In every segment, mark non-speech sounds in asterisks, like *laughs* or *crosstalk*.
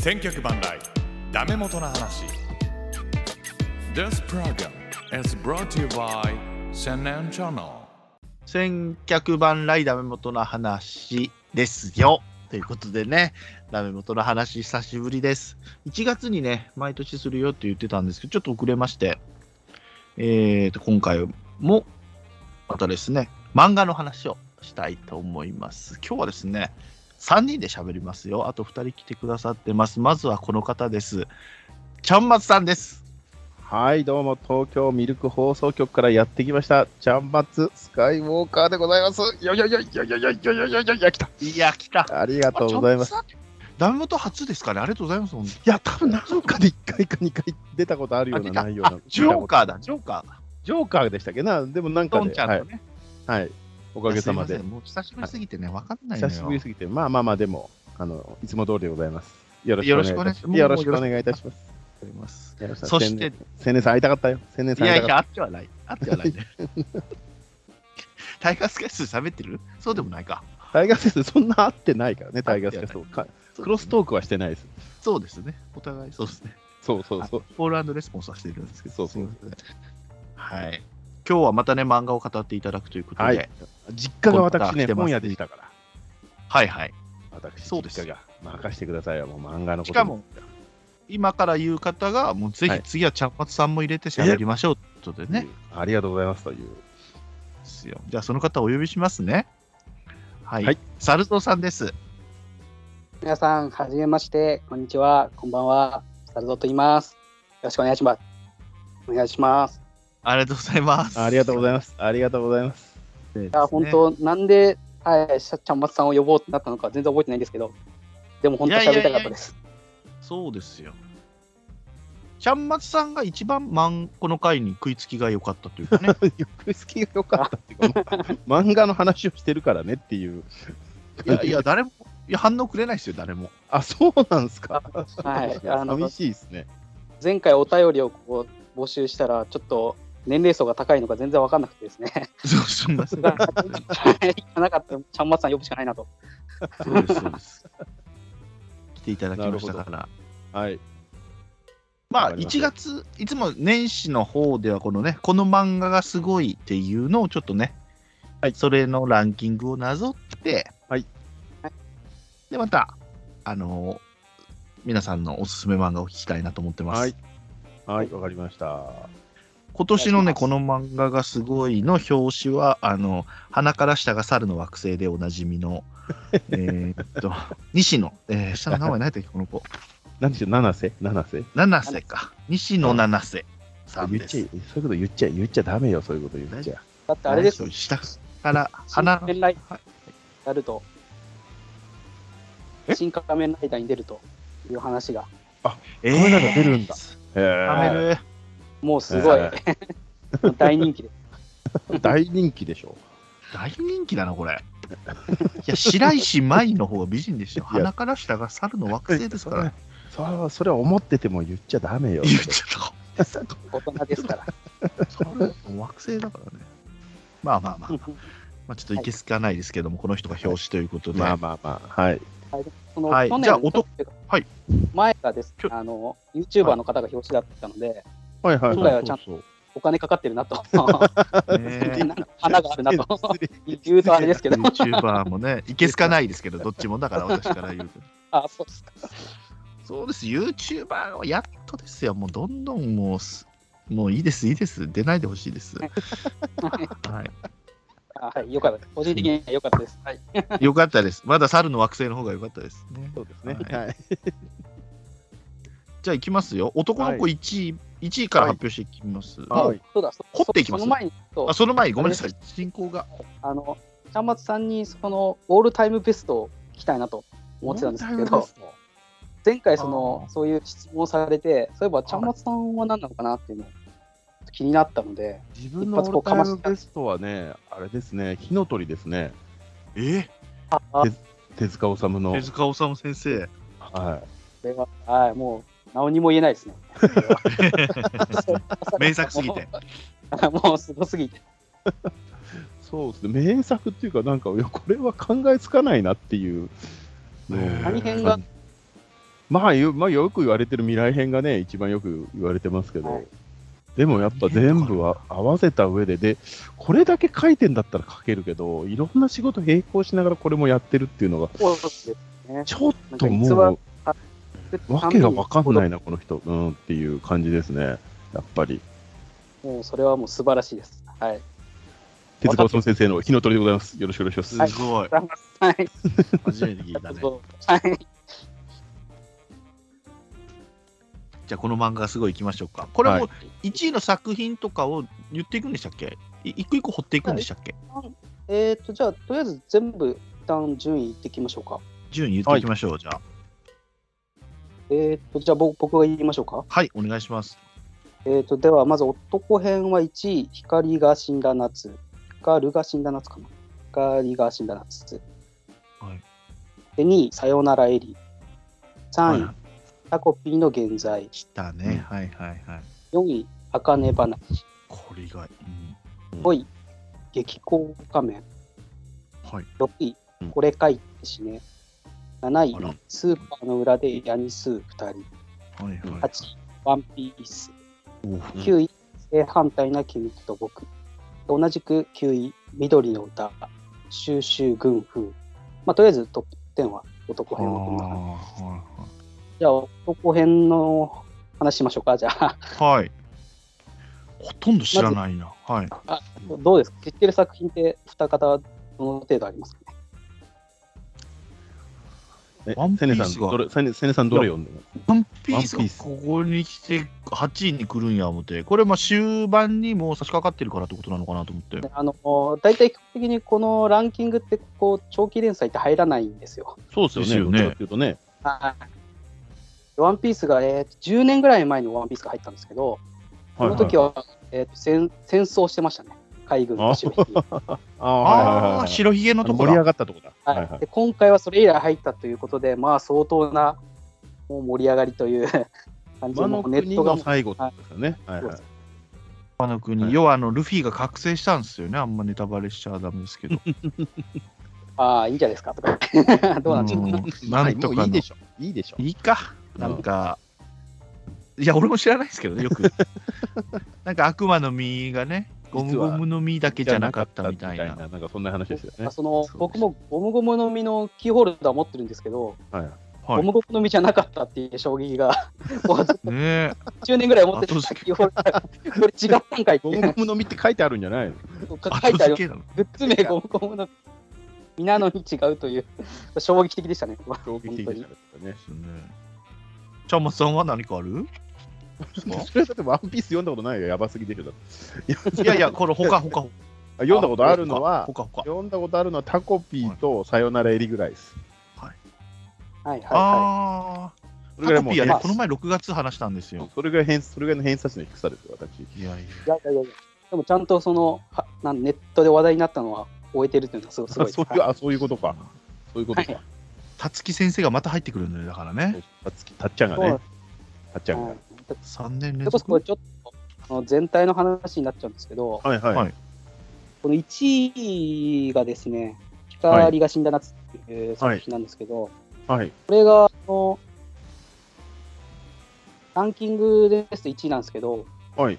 千脚万来ダメ元の話 This program is brought to you by Senan Channel 千客万来ダメ元の話ですよ。ということでね、ダメ元の話久しぶりです。1月にね、毎年するよって言ってたんですけど、ちょっと遅れまして、えーと、今回も、またですね、漫画の話をしたいと思います。今日はですね、3人で喋りますよ。あと2人来てくださってます。まずはこの方です。ちゃんまつさんです。はい、どうも東京ミルク放送局からやってきました。ちゃんまつスカイウォーカーでございます。よいよいよいよいよいよいよいよいよいよいよ来た。いや、来た。ありがとうございます。あ。ちゃんまつさんダメ元初ですかねありがとうございます。本当にいや、多分なんかで一回か二回出たことあるような内容なあジョーカーだ、ジョーカー。ジョーカーでしたっけな。でもなんかトで、ンちゃんはいと、ね、はい、おおかげさまでもう久しぶりすぎてね、わかんないの久よ。しぶりすぎて、まあまあまあでもあのいつも通りでございます。よろしくお願いいたしまよす。よろろししくくおお願願いいいいたたしします。ます。よろしくおそ願いいたしますして、青年さん会いたかったよ。青年いさんや会いいたや、かっあってはない。あってはない *laughs* ね。タイガースキャス喋ってるそうでもないか。た。タイガースキャスそんな会ってないからね。タイガースキャスとかクロスートークはしてないです。そうですね。お互いそうですね。そうそうそう。フォールレスポンスはしてるんですけど。そうそうすいませんはい。今日はまたね、漫画を語っていただくということで。ははいい、実家がこの方私来ね、てます本屋でしたから。はい、私、そうです実家が。任してくださいよ、もう漫画のこしと。か、も、今から言う方が、もうぜひ次はちゃんまつさんも入れて喋りましょうということでね。ね。ありがとうございますという。ですよ。じゃあその方をお呼びしますね。はい。はいサルトさんです。皆さん、はじめまして、こんにちは、こんばんは、サルゾと言います。よろしくお願いします。お願いします。ありがとうございます。ありがとうございまます。ありがとうございます。 *laughs* す。いや、本当、なんで、はい、しゃちゃんまつさんを呼ぼうってなったのか全然覚えてないんですけど、でも本当いやいやいや喋りたかったです。そうですよ。ちゃんまつさんが一番マンこの回に食いつきが良かったというかね。 *laughs* よく好きが良かったっていうか、まあ漫画の話をしてるからねっていう。いやいや、誰も、いや、反応くれないですよ、誰も。 *laughs* あ、そうなんですか。はい、あの寂しいですね。前回お便りをこう募集したら、ちょっと年齢層が高いのか全然わかんなくてです *laughs* ね、そうすみません。はい行かなかったらちゃんまつさん呼ぶしかないなと。そうです、そうです。来ていただきましたから。はい。まわあ、かりま1した月、いつも年始の方では、このね、この漫画がすごいっていうのをちょっとね、はいそれのランキングをなぞって、はいで、また、あのー皆さんのおすすめ漫画を聞きたいなと思ってます。はい。はい、わかりました。今年のお願ね、いしますこの漫画がすごいの表紙は、あの、鼻から下が猿の惑星でおなじみ *laughs* の、えーっと、西野、えー下の名前何だっけ、この子。何でしょう、七瀬七瀬七瀬か。西野七瀬さん言っでちゃいす。そういうこと言っちゃ言っちゃダメよ、そういうこと言っちゃ。だってあれです、よ。下から、鼻、仮面ライはいやると、え新仮面ライダーに出るという話が、えメラが出るんだへはめる。もうすごい、え *laughs* 大人気でー大人気でしょ。大人気だな、これ。いや、白石舞の方が美人でしたよ。いや鼻から下が猿の惑星ですから。それはそれは思ってても言っちゃダメよ。言っちゃっ大人です *laughs* から。た。猿の惑星だからね。まあまあまあ。まあ、ちょっといけすかないですけども、この人が表紙ということで、まあまあまあ、はい。そのはい去じゃあ年おとはい前がですちょね、あの、YouTuber の方が表紙だったので、はいはいは今回い。はちゃんそうお金かかってるなと、そう *laughs* *laughs* ねなんか花があるなと失礼言うとあれで *laughs* すけど、 YouTuber もね、いけすかないですけど、どっちもだから私から言うと。あ、そうですか。そうです、YouTuber をやっとですよ、もうどんどんもうす、もういいです、いいです、出ないでほしいです。 *laughs* はい、あはい、よかったです。個人的にはよかったです。はい。よかったです。まだ猿の惑星の方が良かったですね。そうですね。はいはい。じゃあ行きますよ。男の子1位、一位から発表していきます。はいもうそうだ、そ掘っていきますその前にちょあっと、その前にごめんなさい、進行が。あの、ちゃんまつさんに、その、オールタイムベストを聞きたいなと思ってたんですけど、前回、そのあ、ーそういう質問をされて、そういえば、ちゃんまつさんは何なのかなっていうの、気になったので、自分のオールタイムベストはね、あれですね、火の鳥ですね。え手塚治虫の。手はい。塚治虫先 *laughs* 生。これは、はい、もう、何にも言えないですね。 *laughs* 名作すぎて。もうすごすぎて。そうですね。名作っていうか、なんか、いやこれは考えつかないなっていうのを。へー何編がまあ、よまあ、よく言われてる未来編がね、一番よく言われてますけど、はいでもやっぱ全部は合わせた上で、で、これだけ書いてんだったら書けるけど、いろんな仕事並行しながらこれもやってるっていうのが、そうですね。ちょっとなんか逸話もう、わけがわかんないな、この人、うん、っていう感じですね、やっぱり。もうそれはもう素晴らしいです。はい。手塚治虫先生の火の鳥でございます。よろしくお願いしますす。ごはいい。はい。 *laughs* 初めて聞いたね。はい。じゃあこの漫画すごい行きましょうか。これはもうは1位の作品とかを言っていくんでしたっけい一個一個掘っていくんでしたっけえっ、と、じゃあ、とりあえず全部一旦順位いってきましょうか。順位言っていきましょう、じゃあ。えっ、と、じゃあ僕僕が言いましょうか。はい、お願いします。えっ、と、では、まず男編は1位、光が死んだ夏。光が死んだ夏かな。光が死んだ夏。はい。で、2位、さよならエリー。3位、はいタコピーの現在。来たね、はいはいはい。 4位、茜花。これが、うん5位、激高仮面。はい。 6位うん、これ書いて死ね。あ7ら位、スーパーの裏でヤニスー2人。はいはい。 8位、ワンピース。おう9位、正反対な君と僕。同じく9位、緑の歌、収集軍風。まあ、とりあえずトップ10は男あー編はこんな感じ。はじゃあ、男編の話しましょうか。じゃあ、いはいはい。ほとんど知らないな。はい。あどうですか知ってる作品って二方、どの程度ありますかねえワンピセネースさがん、どれ、セネセネさんどれ読んでますワンピースがワンピースここに来て8位に来るんや思って、これまあ終盤にもう差し掛かってるからってことなのかなと思って。あの大体基本的にこのランキングってこう長期連載って入らないんですよ。そうですよね。ですよねどっちかっていうとね。はい。ワンピースが、えーと10年ぐらい前にワンピースが入ったんですけど、はいその時は、えーと戦戦争してましたね、海軍の白 *laughs* ひげああ、はいはいはいあはあ、い白ひげのあのとこ盛り上だ。がったとこだ。はいはいはいで。今回はそれ以来入ったということで、まあ、相当なもう盛り上がりという *laughs* 感じで、魔のもうネ国ットがのもう最後ですよね。はいはい。あの国、はい要はあのルフィが覚醒したんですよね。あんまネタバレしちゃダメです *laughs* けど。ああ、いいんじゃないですかとか、 *laughs* どうなんでしょうか。うんなんとはいもかういいので。しょ。いいでしょ。いいか。なんか、いや、俺も知らないですけどね、よ *laughs* く。なんか悪魔の実がね、ゴムゴムの実だけじゃなかったみたいな。んかそんな話ですよねまあ。そのそう僕もゴムゴムの実のキーホルダー持ってるんですけど、はい。はいゴムゴムの実じゃなかったっていう衝撃が、 *laughs* もうずっとねえ。 10年ぐらい持ってたキーホルダーが、これ違ったんかいってゴ。ムゴムの実って書いてあるんじゃないの書い後てあ付るけなの。グッズ名ゴムゴムの実なのに違うという衝撃的でしたね。まあ衝撃的でしたね。ちゃんまさんは何かある *laughs* それだってワンピース読んだことないよ。やばすぎでしょ。だっていやいや、これ、ほかほか。あ読んだことあるのはほ、かほか。読んだことあるのはタコピーとさよならエリぐらいです。はいはああ。それタぐらいコもうピーはねまあ、この前6月話したんですよ。それぐらい偏それぐらいの偏差値の低さですよ、私。いやいや。いはい。いやいやいやでもちゃんとそのはなんネットで話題になったのは終えてるというのはすごいすごいです。 *laughs* そういうはいあそういうことか。そういうことはか。たつき先生がまた入ってくるんだよ、だからね。たつきたっちゃんがそうなんねで。たっちゃんがはい。そ3年連れこそ続これ。ちょっとあの全体の話になっちゃうんですけど、はいははいい。この1位がですね、光が死んだ夏っていう作品なんですけど、はい。これがあのランキングですと1位なんですけど、はい。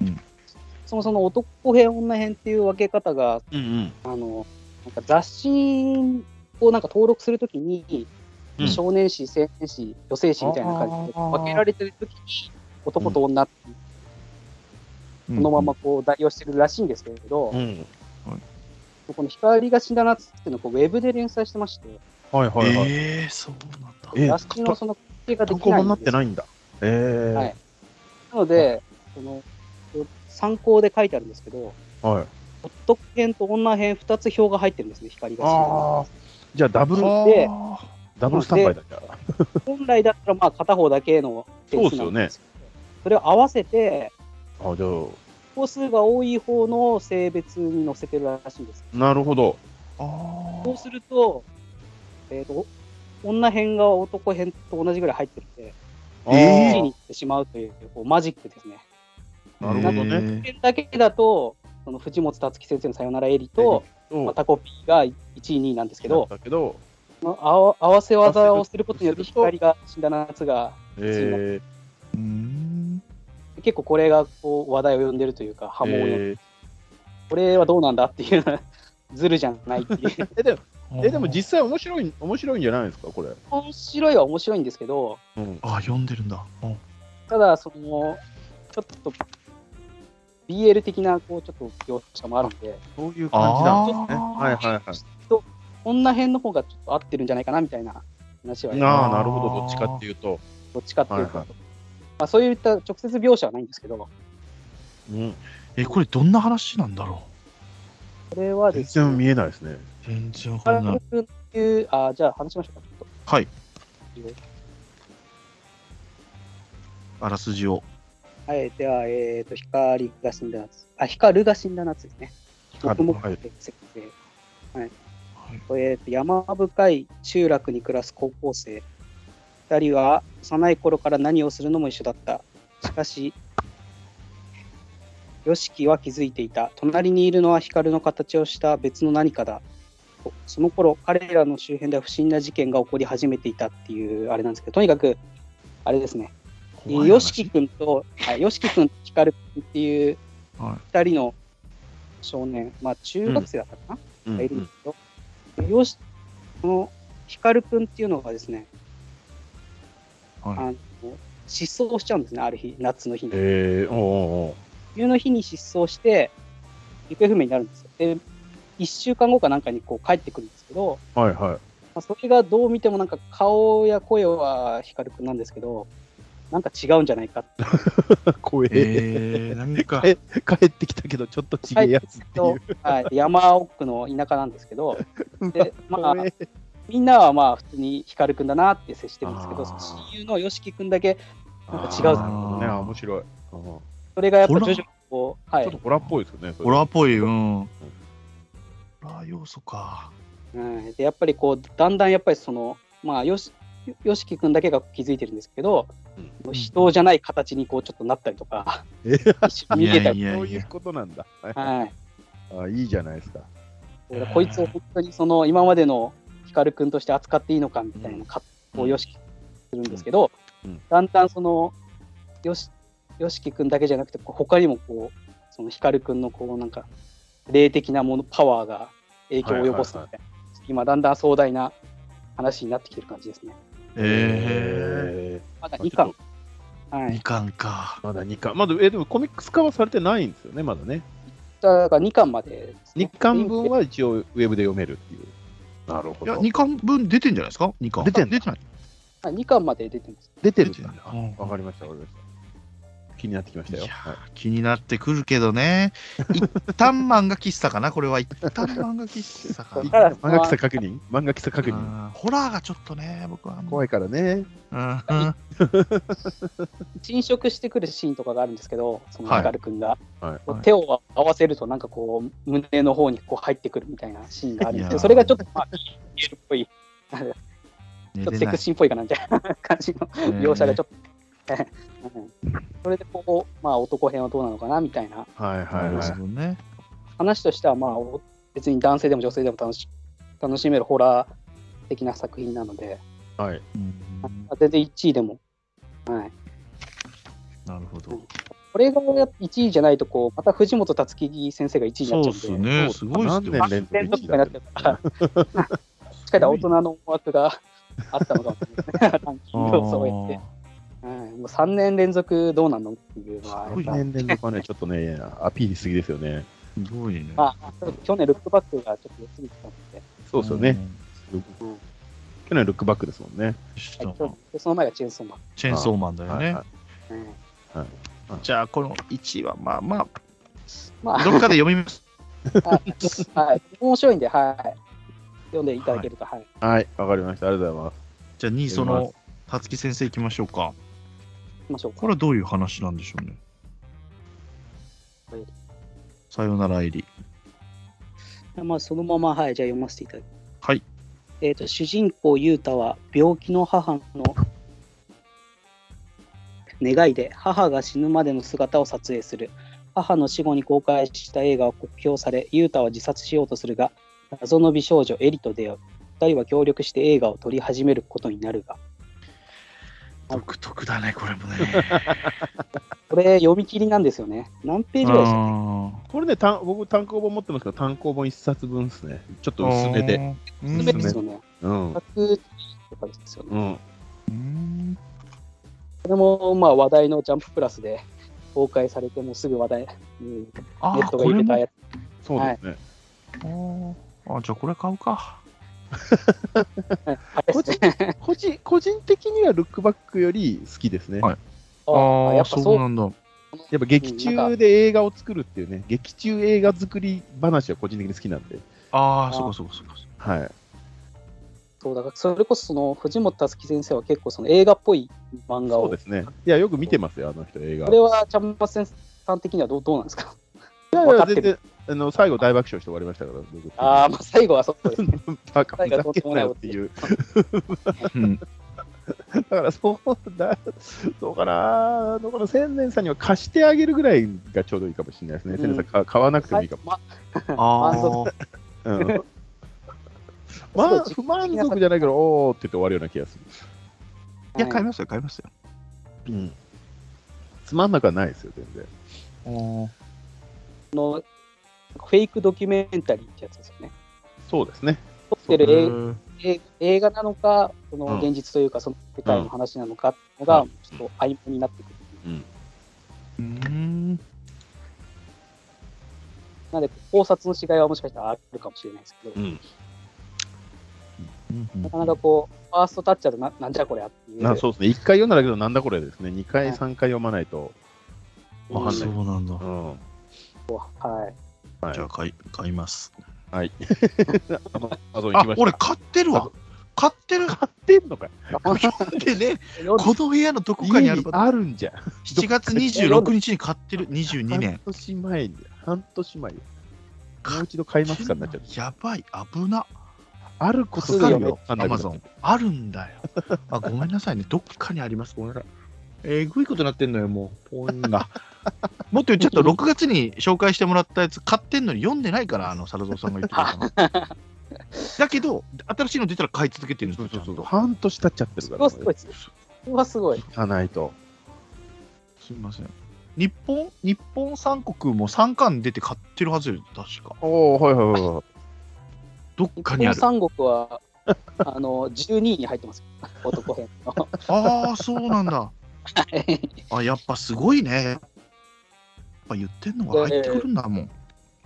そもそも男編、女編っていう分け方がうんあのなんか雑誌をなんか登録するときに、うん少年誌、青年誌、女性誌みたいな感じであー分けられてるときに、男と女ってここのままこう代用してるらしいんですけれど、うん。うん。この光が死んだ夏っていうのをこうウェブで連載してまして、はいはいはい。ええ、そうなんだ。え雑誌のその告知がで単き行ない本にんなでっすてなないんだ。えので、その参考で書いてあるんですけど、え。はい。男編と女編2つ表が入ってるんですね、光が死んだ夏。ああ。じゃあダブル、ではあダブルスタンバイだから。本来だったらまあ片方だけの点数なんですけど、それを合わせて、あじゃあ、個数が多い方の性別に載せてるらしいんです。なるほど。あそうすると、えー、と女編が男編と同じぐらい入ってるんで、ええ1位に行ってしまうというこうマジックですね。あ。なるほどねね。編だけだと、その藤本つ樹先生のさよならエリと、とまあ、タコピーが1位、2位なんですけど、だけど、のあわ合わせ技をすることによって光が死んだ夏がえうーん結構これがこう話題を呼んでるというか波ー、紋を呼んでる、えこれはどうなんだっていう *laughs* のはずるじゃないっていう *laughs* ーえでもえ Eh, でも実際面白い面白いんじゃないですかこれ、面白いは面白いんですけどうん、あ、読んでるんだ。うんただそのちょっと BL 的なこうちょっと描写もあるんでそういう感じなんですねあーはいはいはいこんな辺の方がちょっと合ってるんじゃないかなみたいな話はねなあなるほどどっちかっていうと、どっちかっていうと、はいはまあ、そういった直接描写はないんですけどこうん、え、これどんな話なんだろれはで全すね然見えないですねう全然わかカんなルい。君っていう、あ、じゃあ話しましょうか、ちょっはい、と。あらすじを。はい、では、えっ、と、光が死んだ夏。あ、光が死んだ夏ですね。光黙々はいと設定。はい。えっ、と、山深い集落に暮らす高校生。二人は幼い頃から何をするのも一緒だった。しかし、よしきは気づいていた。隣にいるのは光の形をした別の何かだ。とその頃、彼らの周辺では不審な事件が起こり始めていたっていう、あれなんですけど、とにかく、あれですね、怖い話よしき君と、はい、よしき君とひかる君っていうは二人の少年、まあ中学生だったかな、うんがいるんですけど、よし、このひかる君っていうのがですね、はあの失踪しちゃうんですね、ある日、夏の日に。えー、おうおうおう冬の日に失踪して、行方不明になるんですよ。で、1週間後かなんかにこう帰ってくるんですけど、はいはい。 *laughs* まあ、それがどう見てもなんか顔や声は光くんなんですけど、なんか違うんじゃないかって怖ええー、なんか、帰ってきたけど、ちょっとちげえやつっていとう。、はい、山奥の田舎なんです *laughs* けど、でまあ怖、えみんなはまあ普通に光くんだなって接してるんですけど、あー親友の YOSHIKI くんだけ、なんか違うあーなるほどね、あー面白い。あーちょそれがやっぱほら徐々にこう、はっとい、ホラーっぽいですよね。それ *laughs* ホラーっぽい、うん。ホラー要素か。うん、でやっぱりこう、だんだんやっぱりその、まあ、よし、よしきくんだけが気づいてるんですけど、人じゃない形にこうちょっとなったりとか、え一緒に逃げたりいやいそやういいうや。ことなんだ。はいはい、あーいいじゃないですか。だからこいつを本当にその今までの光くんとして扱っていいのかみたいな葛藤をよしきするんですけど、うんうんだんだんそのよしよしきくんだけじゃなくてこう他にもこうその光くんのこうなんか霊的なものパワーが影響を及ぼすみたいな、今だんだん壮大な話になってきてる感じですね。えまだー2巻、ちょっはー、二い、巻か。とまだ2巻。まだ、えでもコミックス化はされてないんですよね、まだね。だから2巻までですね、 2巻分は一応ウェブで読めるっていう。なるほいや、ど。二巻分出てんじゃないですか二巻。出てんだ出てない。はい2巻まで出てます。出てるんだ出てるうんわかりました、わかりました。気になってきましたよ。いやはい気になってくるけどね。一旦漫画喫茶かなこれは一旦漫画喫茶かだなから漫画喫茶確認漫画喫茶確認うんホラーがちょっとね、僕はあんま。怖いからね。うんうん侵食してくるシーンとかがあるんですけど、そのはい光くんが、はいこうはい手を合わせると、なんかこう、胸の方にこう入ってくるみたいなシーンがあるんですいやけど、ーそれがちょっと、まあ、BL っぽい、ちょ寝っとてセなクいシーっぽいかなみたいな感じの描写がちょっと、うんそれでこう、まあ、男編はどうなのかなみたいなはいはいなるはい。ほどね。話としては、まあ、お別に男性でも女性でも楽し楽しめるホラー的な作品なので、はい、うん全然1位でも、はい、なるほど。これがやっぱ1位じゃないとこう、また藤本辰樹先生が1位にそなっうちゃでうんで。すね。すごいですね。何連年連続続一とか位にだなっったたから、しっかり大人の思惑があったのかもしれないね、ランキングをそうやって。はい、もう3年連続どうなのっていうのは、やっぱ年連続はね、ちょっとね、アピールしすぎですよね。すごいね。まあ、ちょっと去年、ルックバックがちょっと良すぎてたので、そうですよね。うん去年、ルックバックですもんね。ちょっはいとその前がチェーンソーマン。チェーンソーマンだよはいねは。うんじゃあ、この1は、まあままあ、どっかで読みます。あ、はい、面白いんで、はい、読んでいただけると、はい。い、はいわかりました。ありがとうございます。じゃあ、2位、そ読みまの、たつき先生行きましょうか。行きましょうかこれはどういう話なんでしょうねはい。さよなら入り。まあ、そのまま、はい、じゃあ読ませていただきます。はい。えっ、と、主人公、ユータは、病気の母の願いで、母が死ぬまでの姿を撮影する。母の死後に公開した映画は酷評され、ユータは自殺しようとするが、謎の美少女エリと出会う。 2人は協力して映画を撮り始めることになるが、独特だね、これも *laughs* ね。これ読み切りなんですよね。何ページぐらいでしたっこれね、単僕、単行本持ってますけど、単行本1冊分ですね。ちょっと薄めで。うけん。薄めですよね。うん。 100とかですよね。うん。うんこれもまあ話題のジャンププラスで公開されて、もうすぐ話題にネあットが入れたやつ。そうですね。これもあじゃあこれ買うか。あれ *laughs* ですね。個人個人的にはルックバックより好きですね。はいああやあ、っぱそそうう。なんだ。やっぱ劇中で映画を作るっていうね、劇中映画作り話は個人的に好きなんで。あああ、そうかそうかそうか。はい。そうだからそれこそその藤本たつき先生は結構その映画っぽい漫画そうをですね。いや、よく見てますよ、あの人、映画。これはちゃんぱ先さん的にはどうどうなんですかいやい分かやってる全然あの最後大爆笑して終わりましたから、僕。 *laughs* ああ、まあ最後はそうですね。バカふざけんなよっていう。 *laughs* うん。だから、そうだ、そうかな、だから、千年さんには貸してあげるぐらいがちょうどいいかもしれないですね。うん千年さんか、買わなくてもいいかも。まあ満足あ。うんまあ、そう不満足じゃないけど、おーって言って終わるような気がすいや、買いはましたよ、買いましたよ。る。つまんなくはないですよ、全然。おーあのフェイクドキュメンタリーってやつですよね。そうですね。撮ってる映うんえ映画なのか、そうんの現実というか、その世界の話なのかっていうのが、うちょっと曖昧になってくる。うーん。なので、考察の違いはもしかしたらあるかもしれないですけど、ん。うんうんなかなかこう、ファーストタッチだとな、なんじゃこりゃっていう。なそうですね。一回読んだだけど、なんだこれですね。二は回、い三回読まないと。うんわあかんなそ *laughs* いうなんだ。うん。はい。はいじゃあ買い買います。はい。あの、あと行あきま、した。俺買ってるわ。買ってる。買ってんのかよでね、読んでこの部屋のどこかにある家にあるんじゃん。 7月26日に買ってる、22半年。年前に、半年前に。もう一度買いますかになっちゃう。やばい、危な。あるこことすがよよねく、アわかんなくなマっちゃゾうン。あるんだよ。あ、ごめんなさいね。どっかにあります。ごめんなさい。えぐいことなってんのよ、もう。ポインが。もっと言っちゃうと、6月に紹介してもらったやつ、買ってんのに読んでないから、あの、猿蔵さんが言ってたから。だけど、新しいの出たら買い続けてるんですそようちゃそうそうんと半年経っちゃってるそかれはら。すごいですね。それはすごい。行かないと。すみません。日本、日本三国も3巻出て買ってるはずよ、確か。おおはいはいはいはい。どっ日かにあ本る。三国は、 *laughs* あの、12位に入ってます。男編の。 *laughs* ああ、そうなんだ。あ、やっぱすごいね。やっぱ言ってんのが入ってくるんだもん。い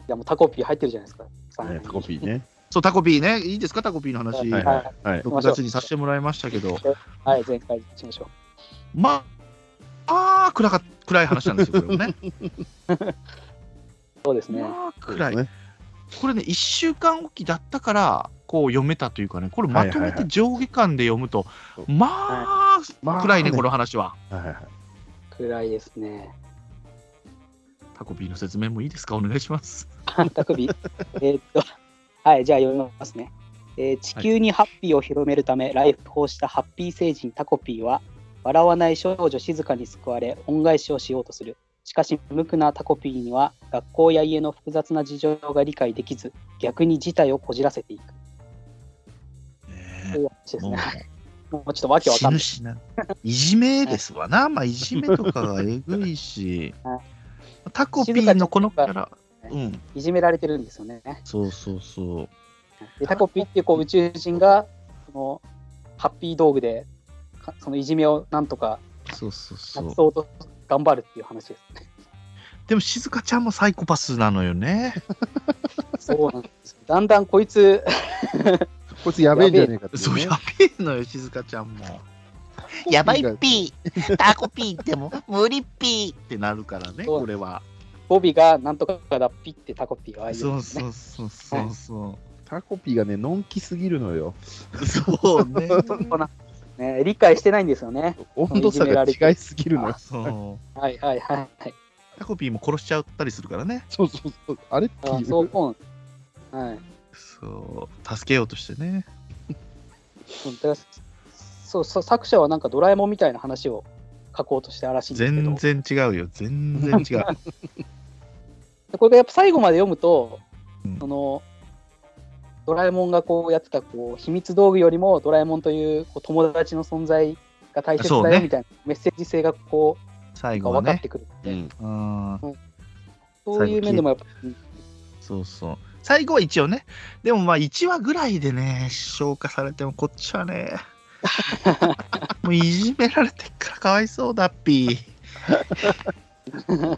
やもうタコピー入ってるじゃないですか。ねタコピーね。そう、タコピーね。いいですか、タコピーの話。ははいいはいはい。 6月にさせてもらいましたけど、はい、前回しましょまあ、あー暗か暗い話なんですよ、これもね。う。そうですね。まあ、暗い。ねこれね、1週間おきだったから、こう読めたというかね、これまとはいめはいはてい上下巻で読むと、ままああ、暗いね、この話は。はいはいはい。暗いですね。タコピーの説明もいいですか、お願いします。タコピー。えーっと、はい、じゃあ読みますね。えー地球にハッピーを広めるため、来訪したハッピー星人タコピーは、笑わない少女静かに救われ、恩返しをしようとする。しかし、無垢なタコピーには、学校や家の複雑な事情が理解できず、逆に事態をこじらせていく。という話ですもね。うもうちょっとわけわ死かんなぬい。しな。いじめですわな。まあ、いじめとかがえぐいしは。タコピーのこのキャラ。静かうん、いじめられてるんですよね。そうそうそう。でタコピーっていうこう宇宙人がそのハッピー道具でかそのいじめをなんとかそうそうそなくう。そうと頑張るっていう話です。でも、静香ちゃんもサイコパスなのよね。そうなんですよだんだんこいつ、 *laughs* こいつやべえんじゃねえかって *laughs* いそうう、ね。やべえのよ、静香ちゃんも。やばいっぴー、タコピーでも無理っぴーってなるからね、そうこれは。ボビがなんとかだピってタコピーがああいうんそうですね。そうそうそうそタコピーがね、のんきすぎるのよ。う。そうね。そうなんですね理解してないんですよね。温度差が違いすぎるのよ。そう。はいはいはいはい。タコピーも殺しちゃったりするからね。 *laughs* そうそうそう。あれってあいう。そうこうなんはい。そう。助けようとしてね。そうだからそうそう作者はなんかドラえもんみたいな話を書こうとしてあらしいんですけど。全然違うよ。全然違う。 *laughs* でこれがやっぱ最後まで読むと、うんそのドラえもんがこうやってたこう秘密道具よりもドラえもんというこう友達の存在が大切そうだねよみたいなメッセージ性がこ最う後分はかってね。くるのうで、ん。うん。そういう面でもやっぱそうそう。最後は一応ね。でもまあ1話ぐらいでね、消化されてもこっちは *laughs* ね。もういじめられてっからかわいそうだっぴ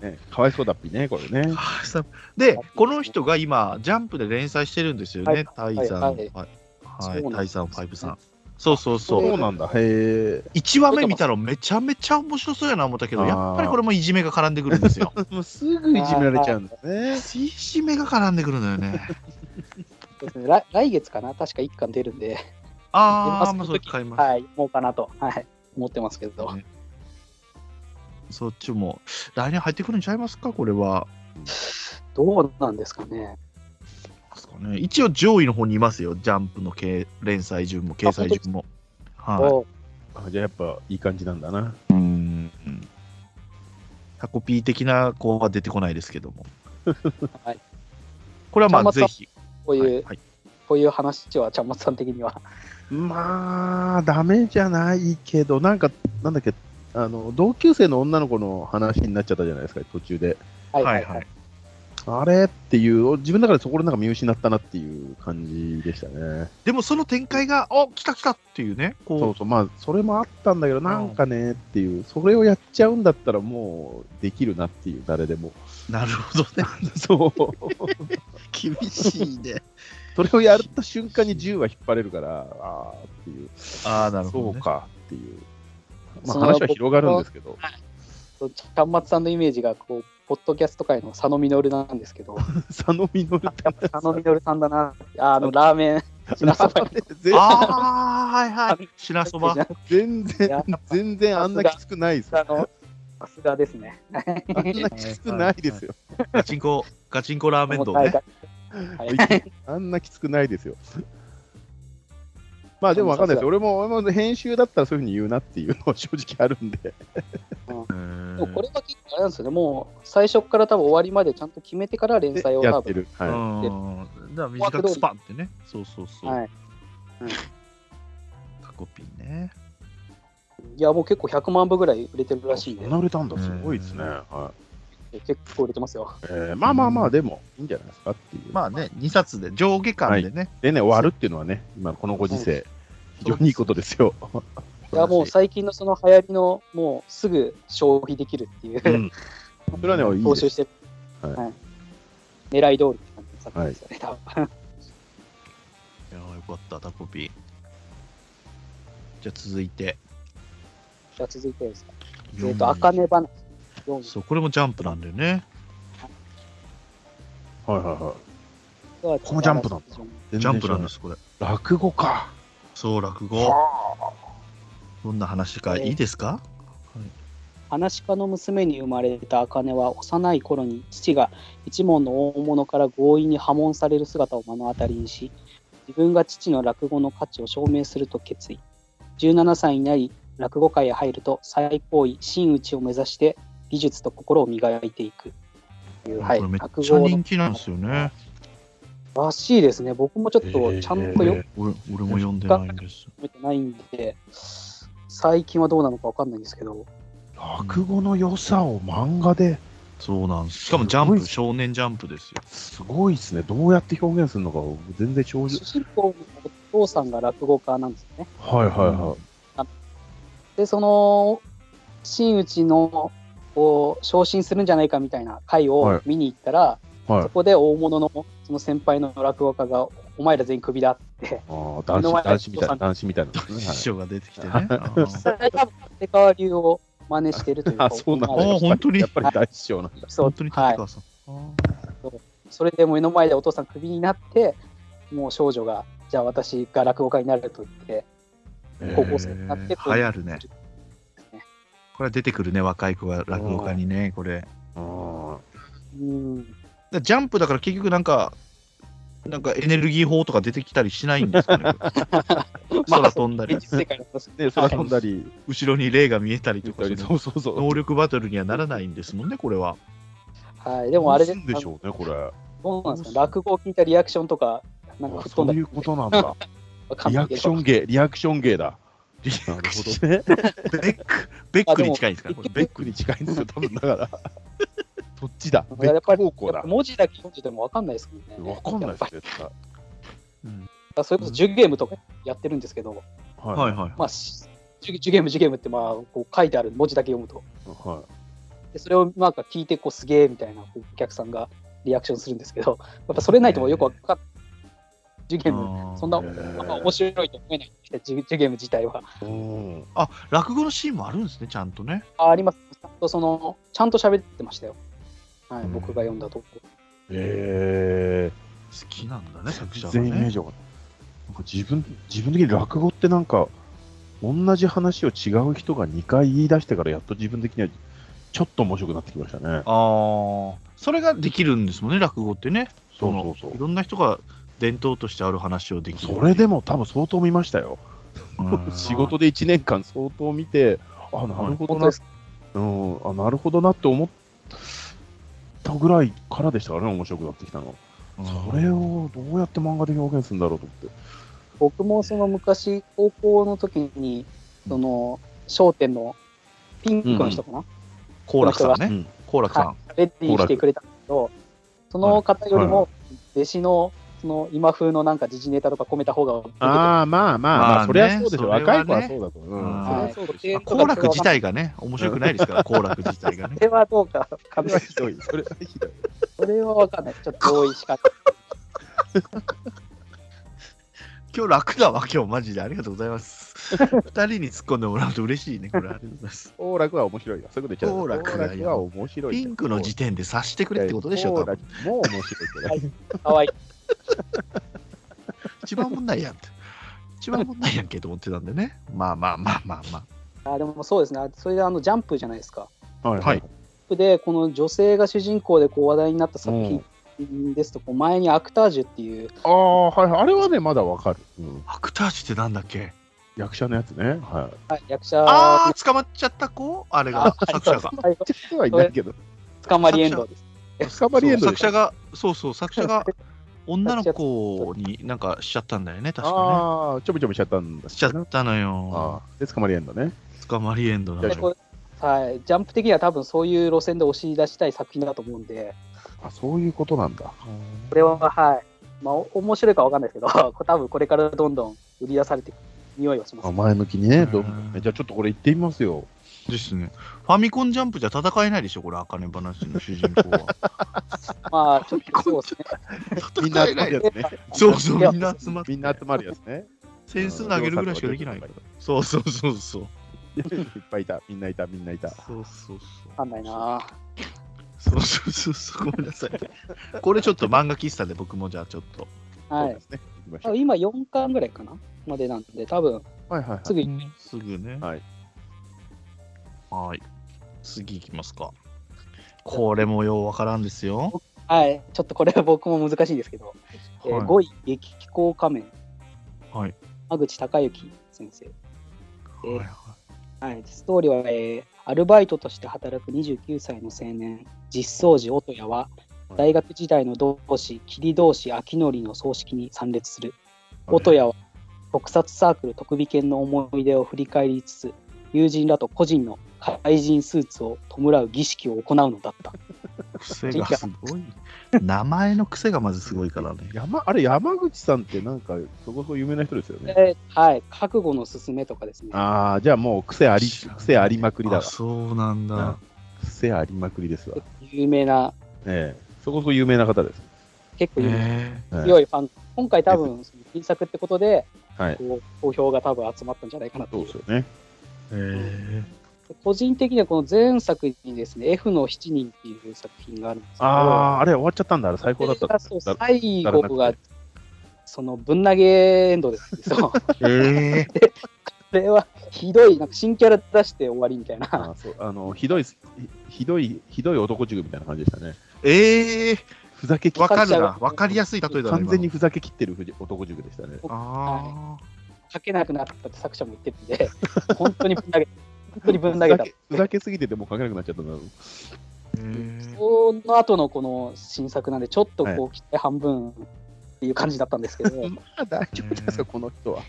ねかわいそうだっぴね、これね。かわいそうで、この人が今、ジャンプで連載してるんですよね、タイザン、ははいはいいそうなはんでい、すタイザン5さん。そうそう *laughs* こそそうう。なんだ。へえ。 *laughs* 1話目見たらめちゃめちゃ面白そうやな思ったけど、あーやっぱりこれもいじめが絡んでくるんです *laughs* よ。もうすぐいじめられちゃうんですいね。じめが絡んでくるのよね。そうですね来来月かな確か1巻出るんで、ああ、出ままあすそっち買います。はい、もうかなと、はい、思ってますけど、そっちも。来年入ってくるんちゃいますか、これは。どうなんですかね。ですかね一応上位の方にいますよ、ジャンプの掲連載順も掲載順も。はどうあじゃあやっぱいい感じなんだな。い。うん。タコピー的な子は出てこないですけども。はいこれはまあぜじゃあまたひ。こういう、はいはいこういう話は、ちゃんまつさん的には。まあ、ダメじゃないけど、なんか、なんだっけ、あの、同級生の女の子の話になっちゃったじゃないですか、途中で。はいははいいははいい。。あれっていう、自分の中でそこでなんか見失ったなっていう感じでしたね。でもその展開が、あ来た来たっていうね、こうそうそう、まあ、それもあったんだけど、なんかねっていう、それをやっちゃうんだったら、もうできるなっていう、誰でも。 *laughs* なるほどね、そう。厳しいね。それをやった瞬間に銃は引っ張れるから、あーっていう、 *laughs* ああ、なるほど、そねう。かっていう。まあ、その話は広がるんですけど。 *laughs* ちゃんまつさんのイメージが、こう、ポッドキャスト界の佐野実なんですけど、佐野実ってやっぱ佐野実さんだな。ああの、ラーメン、品そば全ああ、はいはい。品そば。全いや然、全然あんなきつくないですよ。あの、さすがですね。あんなきつくないですよ。ガチンコ、ガチンコラーメン丼ね。はいあんなきつくないですよ。まあでもわかんないですよ。俺も、俺も編集だったらそういうふうに言うなっていうのは正直あるんで。うんもうこれは結構あれなんですよね、もう最初から多分終わりまでちゃんと決めてから連載をや多って分、る。はうん。だから短くスパンってね。そうそうそう。はい、タコピンね。いやもう結構100万部ぐらい売れてるらい。しいんでそん、な売れたんだ。すごいですね。はい結構売れてますよ。えーまあまあまあ、でもいいんじゃないですかっていう。まあね、2冊で、上下巻でね。でね、終わるっていうのはね、今このご時世、非常にいいことですよ。いやもう最近のその流行りの、もうすぐ消費できるっていう、うんそれは *laughs* ね、いい踏です。襲してる、はいはい狙い通りって感じの作品ですよね、多分。いやよかった、タコピン。じゃあ続いて。 *laughs* じゃあ続いてですか。えっ、四位と、あかね話、四そう、これもジャンプなんだよね。はいはいは位はこのジャンプだったい。。ジャンプなんですす、これ。落語か。そう、落語。どんな話か、えーいいですか話し家の娘に生まれた茜は幼い頃に父が一門の大物から強引に破門される姿を目の当たりにし自分が父の落語の価値を証明すると決意17歳になり落語界へ入ると最高位真打ちを目指して技術と心を磨いていくという、はい、これめっ落ちゃ語人の気なんですよね。らしいですね僕もちょっとちゃんとよえくー俺俺も読んでないんです。見てないんで最近はどうなのかわかんないんですけど落語の良さを漫画でそうなんです。しかもジャすごンいっプ、す少年ジャンプですよ。すごいですね。どうやって表現するのか全然正直主。人公のお父さんが落語家なんですよねはいはいはでその真打ちのこう昇進するんじゃないかみたいなは回いを見に行ったら、い。はいそ、こで大物のその先輩の落語家が「お前ら全員クビだ」ってあー男子男子みたいな目の前の男子みたいな、ね師は匠が出てき *laughs* てね。はいあーそれ多分立川流を真似してるというい、*laughs* かあそうなんだあーやっぱり本当にやっぱり大師匠なんだそう本当に立はい、川さん。あーそれでもう目の前でお父さんクビになってもう少女が「じゃあ私が落語家になる」と言って高校生になってえー流行るねこれ出てくるね、若い子が落語家にね、これ。あうんだジャンプだから結局なんか、なんかエネルギー法とか出てきたりしないんですか *laughs* ね。空飛んだり現、実世界の話で空飛んだり後ろに霊が見えたりとか、そそうそうそうの能力バトルにはならないんですもんね、これは。はい、でもあれどでうすんでしょうねこれどうなんですか落語を聞いたリアクションとかなんかあ吹っそ飛んういだうことなん *laughs* だ。わかんリなアいけクどション芸、リアクション芸だ。リなるほどね。ベック、ベックに近いんですかあでこもれベックに近いん *laughs* ですよ、多分だから。そっちだ。ベやッっぱクり方向だ。文字だけ読んでてもわかんないですけどね。わかんないやでっぱす、絶対。りそれこそ10ゲームとかやってるんですけど、ははいはい。まあ、し 10, 10ゲーム、10ゲームってまあこう書いてある文字だけ読むと。い。はでそれをなんか聞いてこうすげえみたいなこうお客さんがリアクションするんですけど、やっぱそれないとよくわかんない。10ゲーム、そんな、あーあんま面白いと思えないんで、10, 10ゲーム自体は。い。うん。あ、落語のシーンもあるんですね、ちゃんとね。ああります。ちゃんとその、ちゃんと喋ってましたよ。はい、うん僕が読んだとこ。え好きなんだね、作ー、者が全然イメーね。ジが。なんか自分、自分的に落語ってなんか、同じ話を違う人が2回言い出してから、やっと自分的にはちょっと面白くなってきましたね。ああ、それができるんですもんね、落語ってね。そうのそうそういろんな人が伝統としてある話をできる。それでも多分相当見ましたよ。うん *laughs* 仕事で1年間相当見て、あ、なるほど本な当ですうん、あなるほどなって思ったぐらいからでしたからね、面白くなってきたの。うんそれをどうやって漫画で表現するんだろうと思って。僕もその昔高校の時にその商店のピンクの人かな、好楽さんうねん。好楽さん。レディーしてくれたんだけどその方よりはも弟子のその今風のなんか時事ネタとか込めた方が受けててああ、まあまあ、まあまあ、そりゃそうでしょ。それはね若い子はそうだと思う。うん、そはれはいはそうでしでょ。まあ好楽自体がね、面白くないですから、好楽自体がね *laughs* そ。れはどうかそかんれなはいひどい。それはひどい。それは分かんないちょっと同意しかった今日楽だわ、今日マジで。ありがとうございます。二人に突っ込んでもらうと嬉しいね、これ。ありがとうございます。好楽は面白いよ。そういうこと言っちゃう。好楽だよ好は面白いよ。ピンクの時点で察してくれってことでしょ、好多分楽。もう面白いけど。はい可愛い一番問題やんって。一番問題やんけと思ってたんで *laughs* ね。まあまあまあまあまあ。あでもそうですねあそれであのジャンプじゃないですかははいい。ジャンプでこの女性が主人公でこう話題になった作品ですと、こう前にアクタージュっていうああ、はい。あれはね、まだわかる、うん。アクタージュってなんだっけ役者のやつね。はい。はい役者ああ、捕まっちゃった子あれが、 *laughs* 作 *laughs* 者が。はい知ってはいないけど。捕まりエンドです。捕まりエンドそうで作し者ょが、そうそう、作者が女の子になんかしちゃったんだよね、確かああ、ちょびちょびしちゃったんだね。しちゃったのよあ。ーで、捕まりエンドね。捕まりエンドなのでよ。こうはい、ジャンプ的には多分そういう路線で押し出したい作品だと思うんで、あそういうことなんだ。これは、はい、まあ、お面白いかわかんないですけど、 *laughs* こ多分これからどんどん売り出されていく匂いはしますあ。前向きにね。どううんじゃあちょっとこれ行ってみますよ。ですね。ファミコンジャンプじゃ戦えないでしょ、これ、茜話の主人公 *laughs* は。まあ、ちょっとそうですね。みんな戦えな集まるいや。つね。そうそう、みんな集まって。みんな集まるやつね。点数投げるぐらいしかできないから。そうそうそうそう。いっぱいいた。みんないた。みんないた。そうそうそう。わかんないな。そうそうそうそう、ごめんなさい。これちょっと漫画喫茶で僕もじゃあちょっと。そうはいで。すね。行きまし多ょう分今4巻ぐらいかなまでなんで、多分はいはいはい。すぐすぐね。はい。はい。次行きますか。これもようわからんですよ。はい、ちょっとこれは僕も難しいんですけど、えーはい5位、激気候仮面、はい。間口隆之先生。えはーいはいはい、ストーリーは、えーアルバイトとして働く29歳の青年、実相寺音也は、大学時代の同志、霧同士明則の葬式に参列する。音也は、特撮サークル特備犬の思い出を振り返りつつ、友人らと個人の怪人スーツを弔う儀式を行うのだった。癖がすごい。名前の癖がまずすごいからね。山あれ、山口さんってなんか、そこそこ有名な人ですよね。ではい、覚悟の勧めとかですね。ああ、じゃあもう癖あり、癖ありまくりだあわ。そうなんだ。癖ありまくりですわ。有名な、ええ。そこそこ有名な方です。結構有名なえええ強いファン。今回多分、その新作ってことで、はい。こう好評が多分集まったんじゃないかなとそうですよね。ー、え個人的にはこの前作にですね、F の7人っていう作品があるんですけど、ああ、あれ終わっちゃったんだ。あれ最高だっこれた。がそうだ最後だらなが、そのぶん投げエンドですよ。 *laughs* そうこー、えー、れはひどい、なんか新キャラ出して終わりみたいな。あそうあのひどいす、ひどい、ひどい男塾みたいな感じでしたね。えふざけきー、わかるな。わかりやすい例えだね。完全にふざけきってるふじ男塾でしたね。今の。あ書けなくなったって作者も言ってるんで、本当にぶん投げ、本当にぶん投げた。ふざけすぎててもう書けなくなっちゃったんだろう。あ。えーその後のこの新作なんで、ちょっとこう期待半分っていう感じだったんですけ *laughs* ど、まあ大丈夫ですうよ、んこの人は。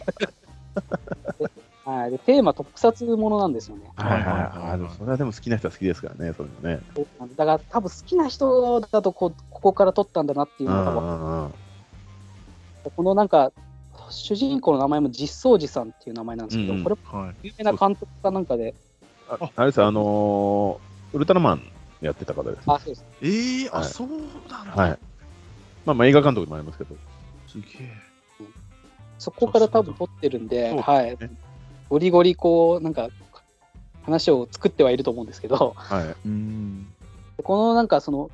*laughs* はい、でテーマ特撮ものなんですよね。はいははいいはいはい。あのそれはでも好きな人は好きですからね、そういうのね。だから多分好きな人だとこうここから撮ったんだなっていううのんがう分かんうん。るこのなんか主人公の名前も実相寺さんっていう名前なんですけど、うんうんこれもはい。有名な監督かなんかで、ああれです、あのーウルトラマンやってた方です。あ、そうです。ええはあ、いそうなんだ。はい。まあ、まあ映画監督でもありますけど。すげえ。そこから多分撮ってるんで、そうですねはい。ゴリゴリこう、なんか話を作ってはいると思うんですけど、はい。うん。このなんかその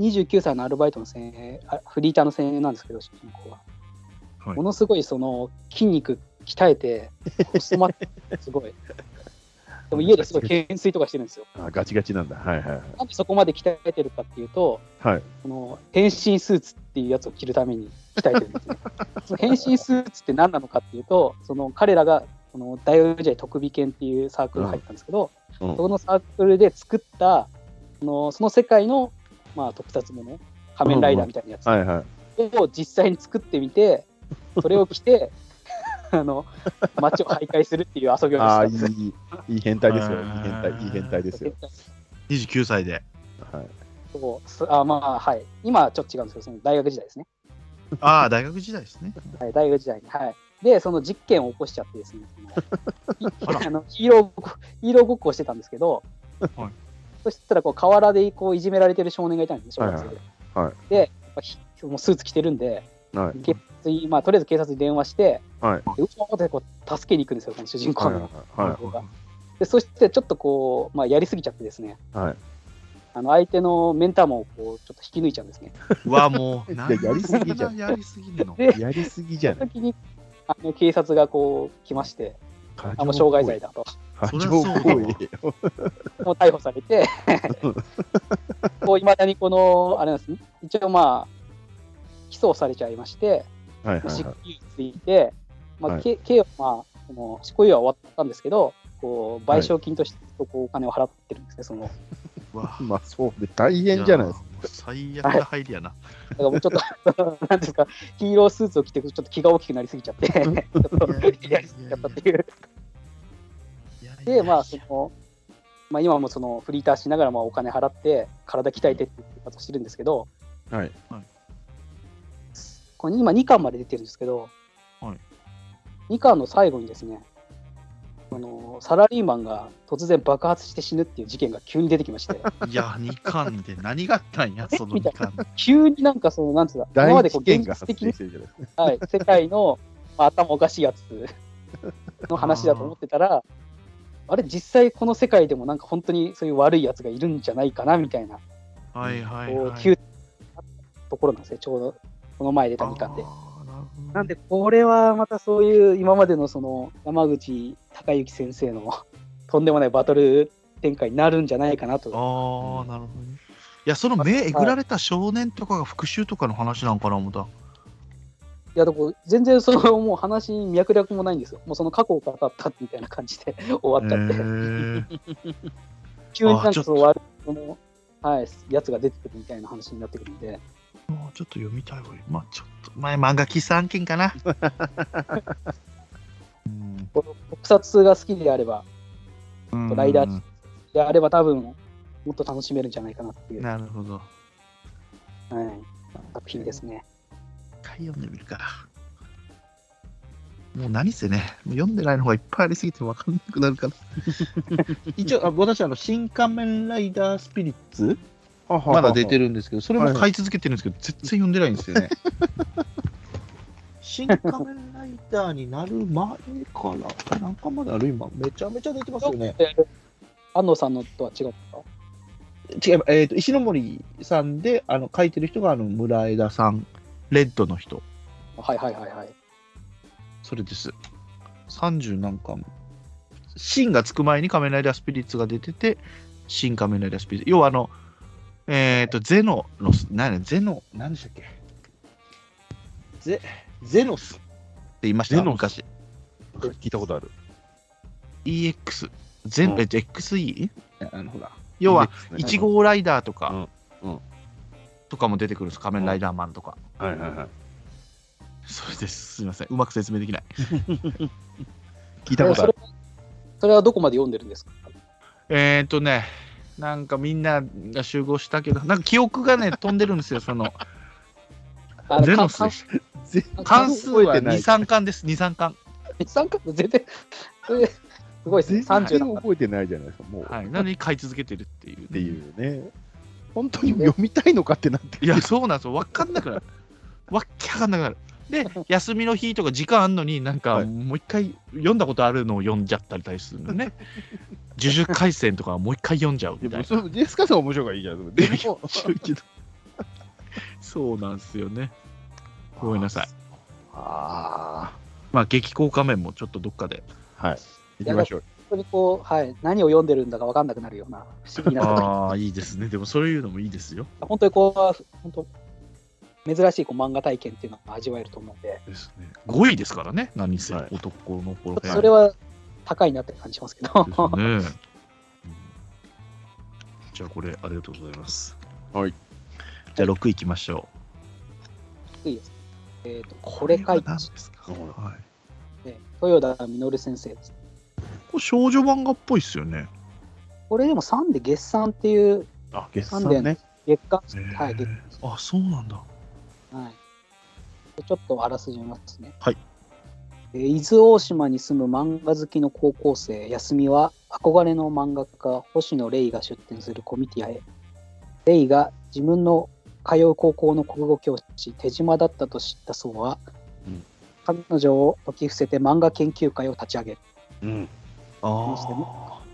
29歳のアルバイトの青年、あフリーターの青年なんですけど、主人公は。はいものすごいその筋肉鍛えて、細まって、すごい。でも家ですごい懸垂とかしてるんですよ。あガチガチなんだ。はいはいはい。なんでそこまで鍛えてるかっていうと、はい、この変身スーツっていうやつを着るために鍛えてるんで *laughs* すね。その変身スーツって何なのかっていうと、その彼らがその大学時代特美研っていうサークルに入ったんですけど、うんそこのサークルで作ったそのその世界の、まあ、特撮もの仮面ライダーみたいなやつはいはい。を実際に作ってみて、それを着て *laughs* あの街を徘徊するっていう遊びをああ、いしたんい、いい変態ですよ。いいあー変態、いい変態でですすよよ。。 29歳で。はい。そうすあまあはい、今はちょっと違うんですけど、その大学時代ですね。ああ、大学時代ですね。はい、大学時代に。はい。で、その実験を起こしちゃっ *laughs* てですね、その *laughs* あのヒーローごっこヒーローごっこをしてたんですけど、はいそしたらこう河原でこういじめられてる少年がいたんですね、は小いはい学生で。はいで、やっぱひもうスーツ着てるんで、はい。警察まあ、とりあえず警察に電話して、はいでうちの方でこう助けに行くんですよ、この主人公はいの。はでそしてちょっとこう、まあ、やりすぎちゃってですね、い。はい。あの相手のメンターもこうちょっと引き抜いちゃうんですね。うわ、もう、いなやんだやりすぎじゃんやりすぎんの。でやりすぎじゃない。時にあの警察がこう来まして、あもう傷害罪だと。過そり剰ゃそう行だ為。わ過剰行もう逮捕さ *laughs* れて、こういまだにこの、あれなんですね、一応まあ、起訴されちゃいまして、為はいはい執は行猶予ついて、まはあ、いけ刑は、まあ、その執行猶予は終わったんですけど、こう賠償金としてこうお金を払ってるんですね、その、うわい。まあそうで大変じゃないですか。やもう最悪な入りやな。だからもうちょっと、 *laughs* なんていうんですか、ヒーロースーツを着て、ちょっと気が大きくなりすぎちゃって、ちょ *laughs* っとやりすぎちゃったっていう。いやいやいで、やまあ、その、まあ、今もそのフリーターしながらまあお金払って、体鍛えてっていうことをしてるんですけど、はい。これ今2巻まで出てるんですけど、はい2巻の最後にですね、あのサラリーマンが突然爆発して死ぬっていう事件が急に出てきまして、いや、2巻で何があったんや、その2巻。急になんかその、なんつうか、今ま大でこ事う件現が実発的生にし、てるじゃないですか。はい、世界の、まあ頭おかしいやつの話だと思ってたら、あれ、実際この世界でもなんか本当にそういう悪いやつがいるんじゃないかなみたいな、はいはいこはうい。急なところなんですね、ちょうどこの前出た2巻で。あーなるほどなんで、これはまたそういう今までのその山口孝之先生のとんでもないバトル展開になるんじゃないかなと。ああ、なるほどね。いや、その目えぐられた少年とかが復讐とかの話なんかな思った。いや、でも全然そのもう話に脈絡もないんですよ。もうその過去を語ったみたいな感じで *laughs* 終わっちゃって、へえ急になあんちょかっそとの悪いその、はい、やつが出てくるみたいな話になってくるんで、もうちょっと読みたいわ。まあちょっと前漫画喫茶案件かな。うんこの特撮が好きであれば、うんライダーであれば多分もっと楽しめるんじゃないかなっていう、はい、なるほど。作品ですね。一回読んでみるか。もう何せね、もう読んでないのがいっぱいありすぎて分かんなくなるから。 *laughs* 一応、あ私、あの、新仮面ライダースピリッツまだ出てる。るんですけど、それも買い続けてるんですけど、全然読んでないんですよね。 *laughs* 新仮面ライダーになる前から、なんかまである今、めちゃめちゃ出てますよね。え安藤さんのとは違うんですか違う、えっ、と、石ノ森さんで、あの、書いてる人が、あの、村枝さん、レッドの人、はいはいはいはい。それです。30何巻。新がつく前に仮面ライダースピリッツが出てて、新仮面ライダースピリッツ。要は、あの、えっ、と、ゼノの、何やゼノ、何でしたっけゼ、ゼノスって言いましたゼノス昔。聞いたことある。 EX。ゼうノ、んえ XE? あの、ほら。要要はは、 1一号。号ライダーとか、うんうんとかも出てくるんです。仮面ライダーマンとか。はいはいはい。それです。すみません。うまく説明できない。聞いたことあそれる。はそれはどこまで読んでるんですかえーっとね、なんかみんなが集合したけど、なんか記憶がね、飛んでるんですよ、そ *laughs* の。あのゼノスか全か関数覚はえて2、ない3巻です、2、3巻。三角 *laughs* 全然、それすごいですね。然30だ然っ覚えてないじゃないですか、もう。はい。っなのに買い続けてるっていう。ていうね。本当に読みたいのかってなってきていや、そうなんですよ。わかんなくなる。わっけわかんなくなる。で、休みの日とか時間あんのに、なんはかいもう一回読んだことあるのを読んじゃったりするのね。呪術廻戦とかはもう一回読んじゃうみいたやいもうな。それジェスカさん面白いからいいじゃん。それで *laughs* もそうなんですよね。ごめんなさい。あまあ、激高仮面もちょっとどっかで。あ。はい。行きましょう。本当にこう、はい、何を読んでるんだか分かんなくなるような、不思議なとこああ、いいですね。でもそういうのもいいですよ。本当にこう、本当、珍しいこう漫画体験っていうのが味わえると思うんで、です *laughs* ね。5位ですからね、何せ、はい男の子それは高いなって感じしますけど、ですね。うんじゃあこれありがとうございます。はい。じゃあ6位いきましょう。 *laughs* いいです。えっ、と、これ書いては何ですかはい。ね豊田稔先生です。これ少女漫画っぽいっすよね。これでも3で月産っていうあ、月三産連ね。月刊誌、へーはい、月あ、そうなんだ。はい、ちょっとあらすじ見ますね。はいえー伊豆大島に住む漫画好きの高校生、安美は憧れの漫画家、星野レイが出展するコミティアへ。レイが自分の通う高校の国語教師、手島だったと知った層は、うん彼女を解き伏せて漫画研究会を立ち上げる。うん。ああ。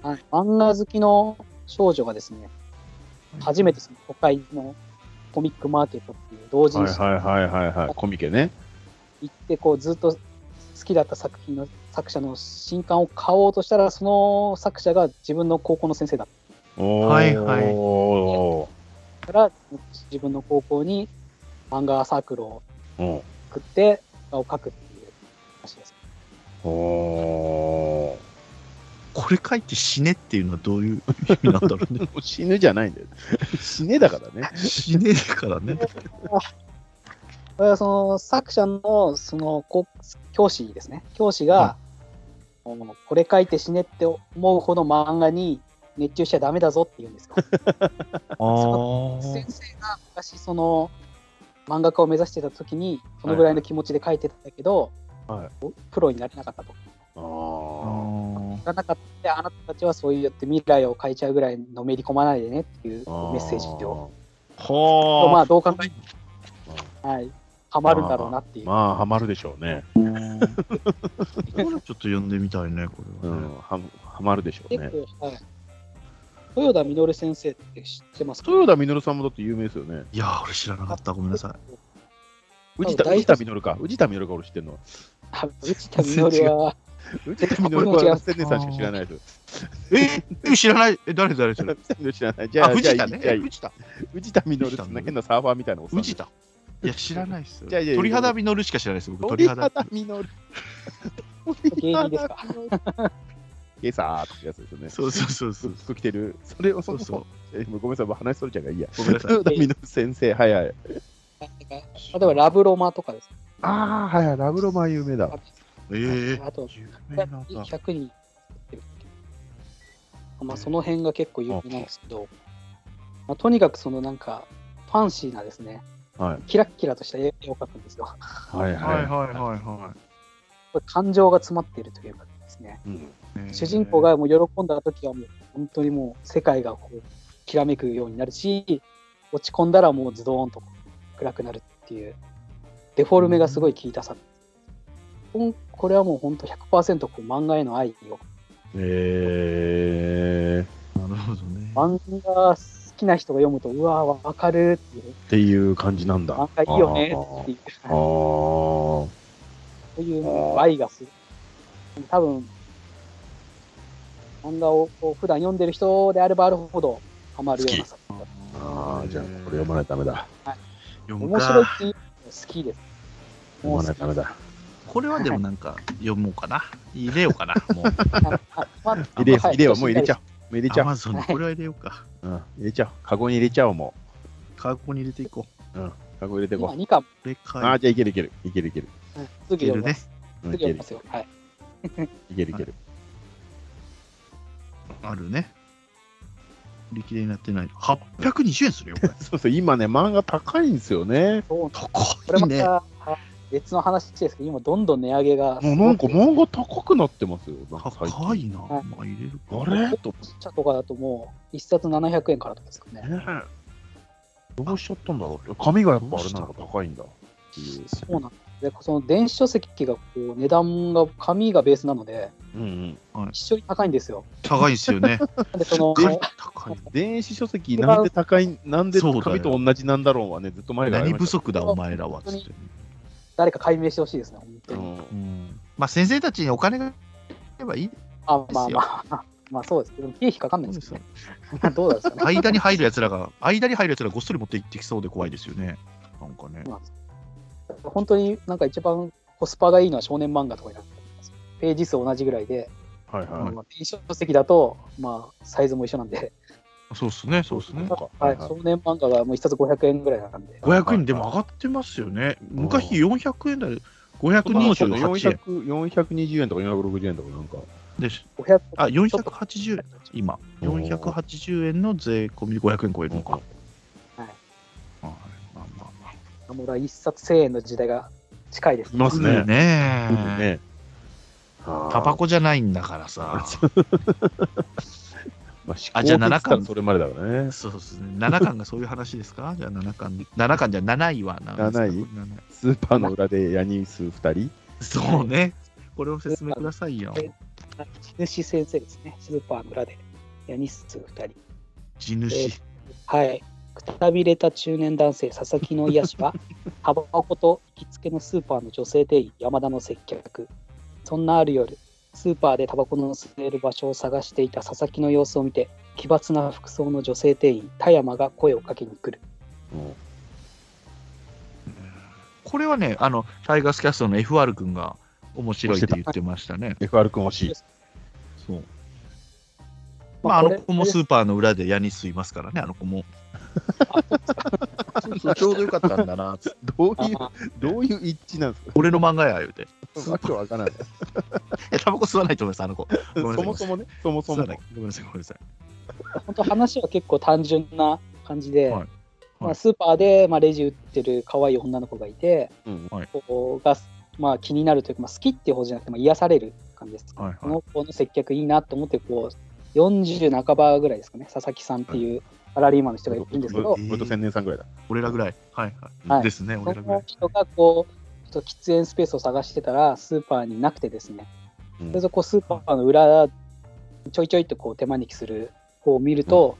はい、漫画好きの少女がですね、初めてその都会のコミックマーケットっていう同は人い誌はいはいはいはい。コミケね。行ってこうずっと好きだった作品の作者の新刊を買おうとしたらその作者が自分の高校の先生だっおーはいはいおたから自分の高校に漫画サークルをーお作って漫画を描くっていう話です。ーおーこれ書いて死ねっていうのはどういう意味なんだろう *laughs* ね。もう死ぬじゃないんだよ。死ね *laughs* だからね。死ねだからね。これはその作者のそのこ教師ですね教師が、もうこれ書いて死ねって思うほど漫画に熱中しちゃダメだぞって言うんですよ。あ先あ。生が昔その漫画家を目指してた時にそのぐらいの気持ちで書いてたけど、はプロになれなかったと。ああーーなかなかってあなたたちはそうやって未来を変えちゃうぐらいのめり込まないでねっていうメあー。ッセージを。はまあ。あどう考えても、はい、ハマるんだろうなっていう。まあ、ハマるでしょうね。これちょっと読んでみたいね、こうれはね。ん、ははまるでしょう結ね。構、はい、豊田稔先生って知ってますか豊田稔さんもだって有名ですよね。いやー、俺知らなかった。ごめんな *laughs* さい。宇治田大宇治田稔か。宇治田稔か俺知ってるのは。あ藤田稔は宇治田違う稔は千年さんしか知らないです。ええ知らない。え、誰誰それ宇。治田稔知らない。じゃあ、あ、じゃ藤あ田いいね。じゃあえいい藤田。宇治田稔ってそんな変なサーファーみたいなおっさん。藤田。いや、知らないっすよ。じゃあいやいや鳥肌実るしか知らないです。僕、鳥鳥肌。肌稔。芸人ですか。ゲサーとかやつですよね。そうそうそうそう。服着てる。それをそうそう。えごめんなさい、もう話それちゃうからいいや。ごめんなさい。豊田稔先生、はいはい。例えばラブロマとかですね。ああ、はいはい、ラブロマン有名だ。ええ。あと有名なんだ100人まあ、その辺が結構有名なんですけど、まあ、とにかくそのなんかファンシーなですね、はいキラッキラとした絵を描くんですよ。ははいいははいはいはこれ感情が詰まっているというかですね、い。うんい。主人公がもう喜んだ時はもう本当にもう世界がこうきらめくようになるし、落ち込んだらもうズドーンと暗くなるっていう、デフォルメがすごい効いた作品。これはもう本当100%こう漫画への愛をえー、なるほどね。漫画好きな人が読むと、うわー、わかるっていう、っていう感じなんだ。漫画いいよねっていう、あーあー。そういう愛がする。多分、漫画をこう普段読んでる人であればあるほど、ハマるような作品だああ、じゃあこれ読まないとダメだ。読む面白いっか。ていうの好きです。読まないとダメだ。これはでもなんか読もうかな。入れようかな。もう。まあ入れよう、はい入れよう、もう入れちゃう。もう入れちゃアう。マゾンにこれは入れようか。うん、入れちゃう。カゴに入れちゃおう、もカゴに入れていこう。う。カゴ入れて今こう。 2巻これかああ、じゃあいけるいける。いけるいける。い次け読るみまねす。。うんい次け読みるますよ。はい。いけるいける。あるね。売り切れになってない。820円するよ、これ。そうそう、今ね、漫画高いんですよね。そうこ高れいまね。たあ別の話ですけど、今どんどん値上げが。もうなんか漫画高くなってますよ。なんか最近高いな。はまいあ、入れるか。あれとちっちゃとかだともう、一冊700円からとかですかね。ねえどうしちゃったんだろう。紙がやっぱあれなのか高いんだ。そうなんです。で、その電子書籍がこう値段が、紙がベースなので、うんうん。一緒に高いんですよ。高いですよね。なんで、その、高い。高い。電子書籍なんで高い、なんでそうだよ紙と同じなんだろうはね、ずっと前が何不足だ、お前らは。つってね。誰か解明してほしいですね、本当に。のうん。まあ、先生たちにお金があればいい。あ、まあまあ、まあそうですけど、経費かかんないですけど *laughs* ね。どうなんですかね。間に入るやつらが、間に入るやつらごっそり持って行ってきそうで怖いですよね。なんかね。本当になんか一番コスパがいいのは少年漫画とかになってます。ページ数同じぐらいで、はいはい。まあ電子書籍だと、まあ、サイズも一緒なんで、そうですね、そううでですすねね。ははいい、少年漫画がもう一冊500円ぐらいなんで、 500円でも上がってますよね。昔400円台で528円400 420円とか460円とかなんか。です。 500あ、ちょっと480円、今。480円の税込みで500円超えるのか。はいはいまあまあまあ。あもうだから一冊1000円の時代が近いですいまそすうだよね。ね。ね。タタバコじゃないんだから *laughs* さ。まあ、ああ、じじゃゃああ七巻7巻それまでだからね。そうですね。7巻がそういう話ですかじゃあ7巻。7巻じゃ7位は何ですか7位スーパーの裏でヤニウス2人。そうね。これを説明くださいよ。地主先生ですね、スーパーの裏で、ヤニス2人。地主。はい。くたびれた中年男性、佐々木の癒しは、タバコと行きつけのスーパーの女性店員、山田の接客。そんなある夜、スーパーでタバコの吸える場所を探していた佐々木の様子を見て、奇抜な服装の女性店員、田山が声をかけに来る。うんこれはね、あの、タイガースキャストの FR 君が面白いって言ってましたね。 FR 君欲しい。そう。まあ、あこのれ子もスーパーの裏でヤニ吸いますからね、あの子も。 *laughs* そうそうちょうどよかったんだなっつって、どういうあ、どういう一致なんですか *laughs* 俺の漫画や言うて。わけわからない。え、タバコ吸わないと思います、あの子。そごめんなさいもそもね、そも吸そわもな。い。ごめんなさい、ごめんなさい。本当話は結構単純な感じで、はいはいまあ、スーパーで、まあ、レジ売ってる可愛い女の子がいて、うんこうが、まあ、気になるというか、まあ、好きっていう方じゃなくて、まあ、癒される感じです、はいはいこの子の接客いいなと思ってこう40半ばぐらいですかね佐々木さんっていうサラリーマンの人がいるんですけど、いブド千年さんぐらいだ。俺らぐらい。はいは。はいいですね、俺らそぐらのい。人がこうちょっと喫煙スペースを探してたらスーパーになくてですね、うんでそこスーパーの裏ちょいちょいとこう手招きする子を見ると、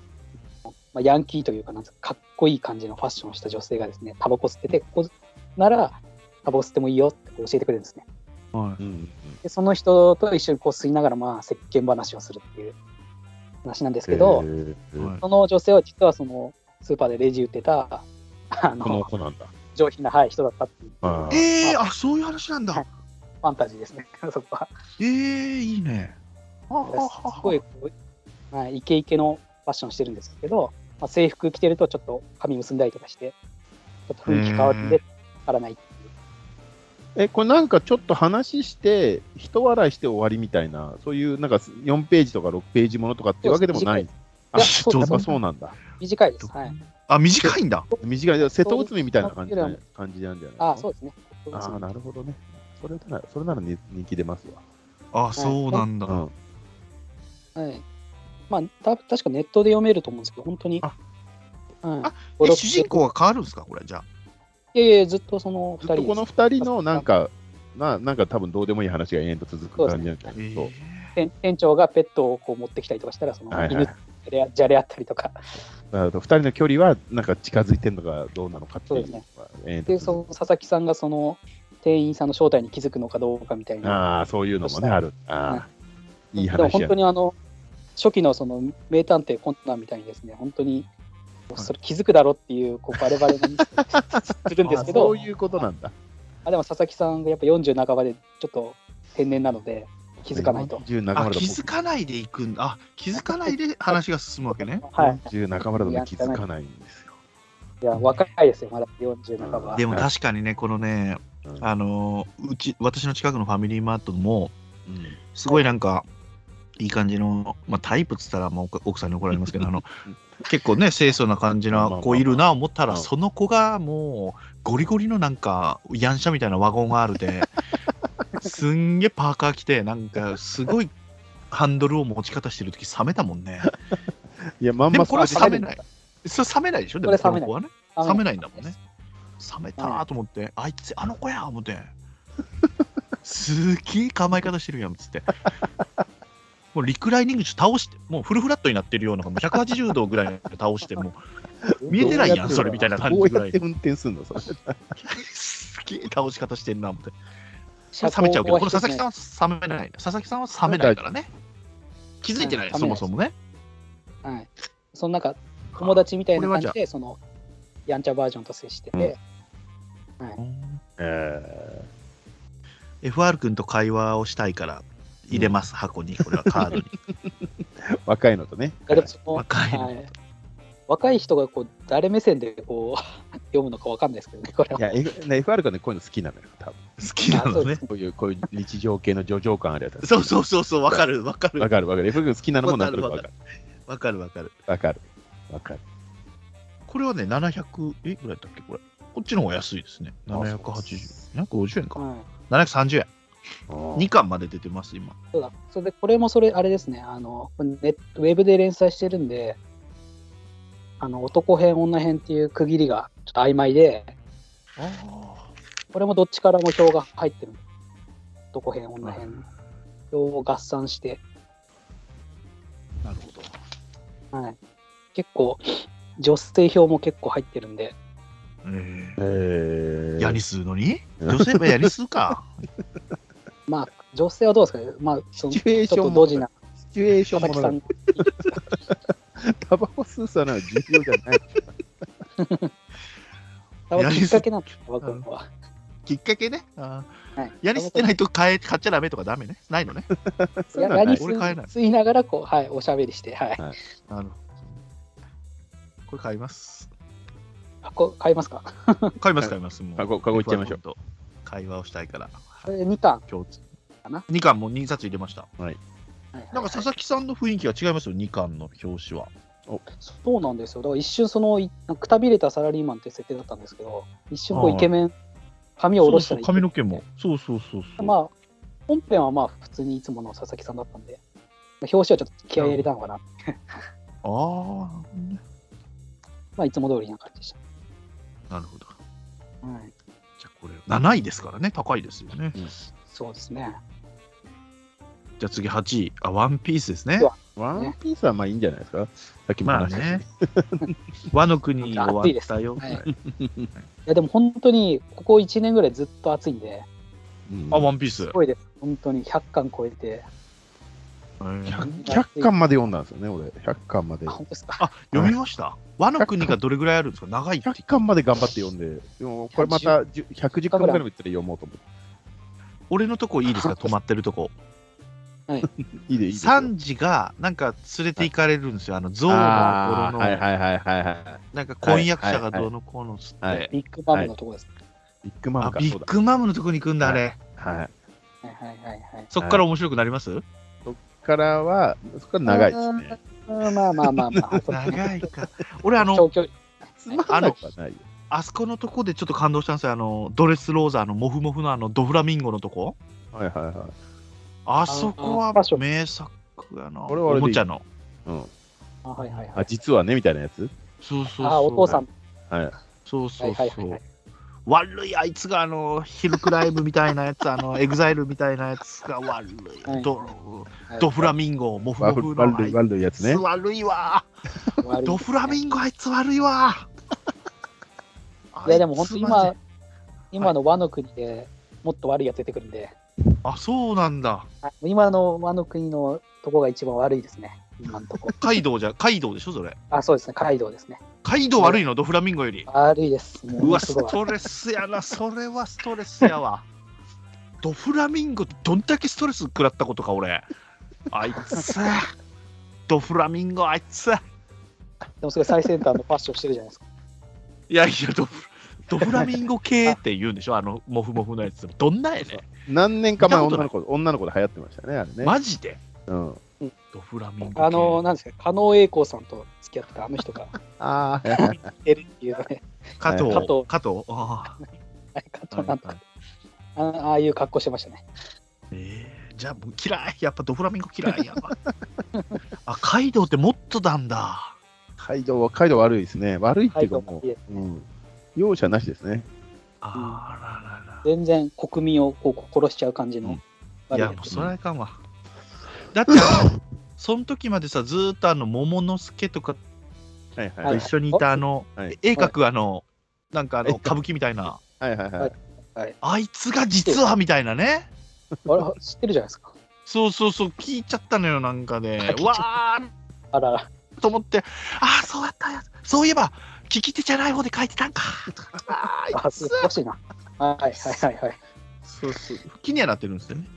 まあ、ヤンキーというかなんですかかっこいい感じのファッションをした女性がですねタバコ吸っててここならタバコ吸ってもいいよってこう教えてくれるんですねはい。うんうんでその人と一緒にこう吸いながらまあ石鹸話をするっていう話なんですけど、へーはいその女性は実はそのスーパーでレジ売ってたあこのの子なんだ。上品な、はい、人だったっていうあーえー、あ、そういう話なんだ。ファンタジーですね *laughs* そこは。えー、いいね。あはははすごいこう、はい、イケイケのファッションしてるんですけど、まあ、制服着てるとちょっと髪結んだりとかして、ちょっと雰囲気変わってへー変わらないっていう。え、これなんかちょっと話して、人笑いして終わりみたいな、そういうなんか4ページとか6ページものとかっていうわけでもない。あ、やそそううでやっすぱそうなんだ。短いです。はい。あ、短いんだ。短い、瀬戸内海みたいな感じそうないう感じなんじゃないああ、そうですね。あーなるほどね。それなら、それなら人人気出ますわ。あ、そうなんだ。うんはい。まあ、た確かネットで読めると思うんですけど、本当に。あうんあ五え六主人公が変わるんですか、これ、じゃあ。いやいや、ずっとその2ずっ人とこの2人のなんか、ななんか多分どうでもいい話が延々と続く感じなんじゃないですか。そうえ店店長がペットをこう持ってきたりとかしたら、そのはいは犬いじゃれあじゃれ合ったりとだか、から2人の距離はなんか近づいてるのかどうなのかっていうのが延で々とその続佐々木さんがその店員さんの正体に気づくのかどうかみたいくな。ああ、そういうのもね、ある。ああ、いいでも話本や当。にあの初期のその名探偵コンナンみたいにですね、本当にそれ気づくだろっていうこうバレバレなミスをするんですけあど、そういうことなんだ。あでも佐々木さんがやっぱ40半ばでちょっと天然なので気づかないと。 40中あ丸だ気づかないでいくんだ。あ気づかないで話が進むわけ *laughs* ね。はい、僕40中丸だと気づかないんですよ。いや若いですよ、まだ40半ば。でも確かにね、このね、うんあのーうち私の近くのファミリーマートもうんすごいなんかいい感じの、まあ、タイプっつったら、まあ、奥奥さんに怒られますけどあの *laughs* 結構ね清楚な感じな子いるな思ったまあらまあその子がもうゴリゴリのなんかヤンシャみたいなワゴンがある *laughs* ですんげえパーカー着てなんかすごいハンドルを持ち方してる時冷めたもんねいや、まんでまもこれそは冷めうないそれ冷めないでしょでこもこのれ冷めない子はねあの冷めないんだもんね冷めたーと思って、あいつあの子や思ってすげえ構え方してるやんっつ *laughs* ってもうリクライニングして倒してもうフルフラットになってるようなもう180度ぐらいで倒してもう見えてないやんそれみたいな感じどうぐらやっいてで運転するのそれ。すげえ倒し方してんな思って車冷めちゃうけどこの佐々木んさんは冷めない佐々木さんは冷めないからね気づいてない、うんそもそもねはい、そのなんか友達みたいな感じこでそのやんちゃバージョンと接してて、え FR 君と会話をしたいから入れます、箱にこれはカ *laughs* ードにー若いのとね。いやでもその若いのはい若い人がこう誰目線でこう *laughs* 読むのかわかんないですけどねこれはいや、F ね FR がね、こういうの好きなのよ、多分好きなあそのうでねすこういう、こういう日常系の叙情感あるやつ。そうそうそうそうわかるわかるわかるわかる。FR 君好きなのもなんとなくわわかかるる。わかるわかる。わかる。わかる。これはね、700、え、ぐらいだっけこれ。こっちの方が安いですね。あ780。250円か。はい730円。2 2巻まで出てます、今。そうだそれでこれもそれあれですねあのネットウェブで連載してるんであの男編女編っていう区切りがちょっと曖昧であこれもどっちからも票が入ってる男編女編票を合算して、あ、なるほど。はい、結構女性票も結構入ってるんでえええー、やりすうのに女性はやりすうか。まあ女性はどうですかねまあそのシチュエーションちょっとドジなシチュエーシ佐ョ々ン木もさなんんのかタバコ吸うさな重要じゃない。多分きっかけなんですよ僕は。きっかけね。あはいーやりすってないと買え買っちゃダメとかダメね。ないのね。そういうやのはやないりす俺買えない吸いながらこう、はい、おしゃべりして、はい。なるほど。これ買います。あこ買いますか。買います、買います。もう。カゴカゴいっちゃいましょうう。会話をしたいから。これ2巻共通。かな2巻も2冊入れました。はいはいなんか佐々木さんの雰囲気が違いますよ、2巻の表紙は。そうなんですよ。だから一瞬、そのいくたびれたサラリーマンって設定だったんですけど、一瞬こうはいイケメン、髪を下ろしたらそうそう髪の毛も。そうそうそうそう。あ、まあ、本編はまあ、普通にいつもの佐々木さんだったんで、表紙はちょっと気合い入れたのかな。あー、まあ、いつも通りな感じでしなるほど。た。はい。じゃあこれ、7位ですからね、高いですよね。そうですね。じゃあ次8位。あ、ワンピースですねうわ。ワンピースはまあいいんじゃないですか。さっきもまあ話した。 *laughs* ね。和の国終わったよ。はいはいいや、でも本当に、ここ1年ぐらいずっと暑いんで、うんあ、ワンピースす。ごいです。本当に100巻超えて、あ100 100巻まで読んだんですよね、俺。100巻まであ、。本当ですか。読みました和の国がどれぐらいあるんですか長いって100巻まで頑張って読んで、でもこれまた10 110巻ぐらいの言ったら読もうと思って。俺のとこいいですか止まってるとこ。い *laughs* いでいいですよ。サンジがなんか連れて行かれるんですよ。あの、象の頃あーの、はいはいはいはいはい。なんか婚約者がどうのこうのっつって。はいはいはいビッグバムのとこです。ビッグマあムか、ビそうッだ。グマムのとこに行くんだ、あれ。はい。はいはいはいはい。そっから面白くなります、からは、そこから長いですね。うんまあまあまあまあ。 *laughs* 長いか。俺、あの長、距離。つまんなくはないよ。あそこのとこでちょっと感動したんですよ。あの、ドレスローザーのモフモフのあの、ドフラミンゴのとこ。はいはいはい。あそこはあ場所名作やな。これはあおれでいいもちゃの。うん。あはいはいはあ、い。実はね、みたいなやつ。そうそうそう。あお父さん。はい。そうそうはいはいそ。はいうはい悪いあいつがあのヒルクライブみたいなやつ、あ *laughs* のエグザイルみたいなやつが悪い。はいドはいドフラミンゴ、モフモ悪フいのあ悪いい悪いやつつね。悪いわ。悪いドフラミンゴあいつ悪いわ。いやでも本当あい今つマジ、今の和の国でもっと悪いやつ出てくるんで、あ、そうなんだ。今の和の国のとこが一番悪いですね。今のとこ。カイドウじゃ、カイドウでしょ、それ。あ、そうですね。カイドウですね。カイドウ悪いの、ドフラミンゴより。悪いです。もうわ、すスごい悪い。トレスやな、それはストレスやわ。ドフラミンゴ、どんだけストレス食らったことか、俺。あいつ、ドフラミンゴ、あいつ。でもすごい最先端のファッションしてるじゃないですか。いやいや、ドフドフラミンゴ系って言うんでしょあの、モフモフのやつ。どんなやね何年か前、見たこと女ないの子、女の子で流行ってましたね、あれね。ん。マジでうん。ドフラミンゴ系。あの、なんですか、加納栄光さんと付き合ってたあの人があー似てるっていうね、加藤。加藤加藤。ああれ加あ。藤なんとかあああいう格好してましたね。えーじゃあもう嫌い。やっぱドフラミンゴ嫌い。やっぱ。あ、カイドウってもっとなんだ。カイドウは、カイドウ悪いですね。悪いっていうかカイドも、ウ悪いううん。容赦なしですね。あららら。全然国民をこう殺しちゃう感じうのん。い悪や、やもうつそれはいかんわ。だってあの、その時までさ、ずーっとあの、桃之助とかはいはいはとはいい一緒にいたあのはい、絵描くあの、なんかあ絵の、描く歌舞伎みたいな、はいはいはい。あいつが実はみたいなね。あれ知ってるじゃないですか。そうそうそう、聞いちゃったのよ、なんかで、あ聞いちゃったわーあらら、と思って、ああ、そうやったんや、そういえば、聞き手じゃない方で書いてたんか、とか *laughs* あーああいつ素晴らしいな。はいはいはいはい。そうそう、不気にはなってるんですよね。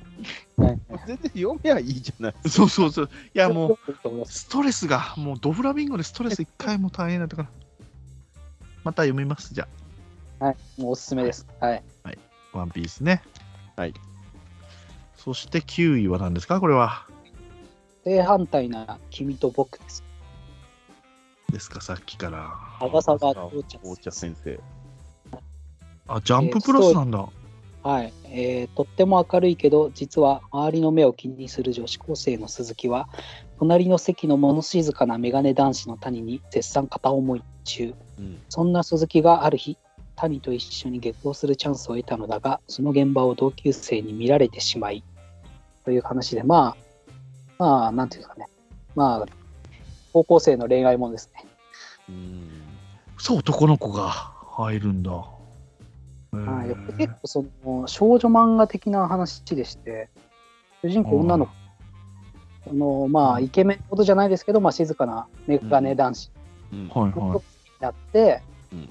全然読めばいいじゃない。そうそうそう、いやもう、う。と思いますストレスが、もうドフラミンゴでストレス一回も大変だったから、また読みます、じゃはい、もうおすすめです。はい。あ、ワンピースね。はい。そして9位は何ですか、これは。正反対な君と僕です。ですか、さっきから。長澤紅茶紅茶先先生。あ、ジャンププラスなんだ。生。はい、えーとっても明るいけど、実は周りの目を気にする女子高生の鈴木は、隣の席の物静かなメガネ男子の谷に絶賛片思い中。うん。そんな鈴木がある日、谷と一緒に下校するチャンスを得たのだが、その現場を同級生に見られてしまい、という話で、まあ、まあ、なんていうかね、まあ、高校生の恋愛もんですね。うん。そう、男の子が入るんだ。はい、へやっぱー結構その少女漫画的な話でして、主人公うん女の子、あのまあ、イケメンほどじゃないですけど、まあ、静かなメガネ男子うはんいのはこといに。なって、うん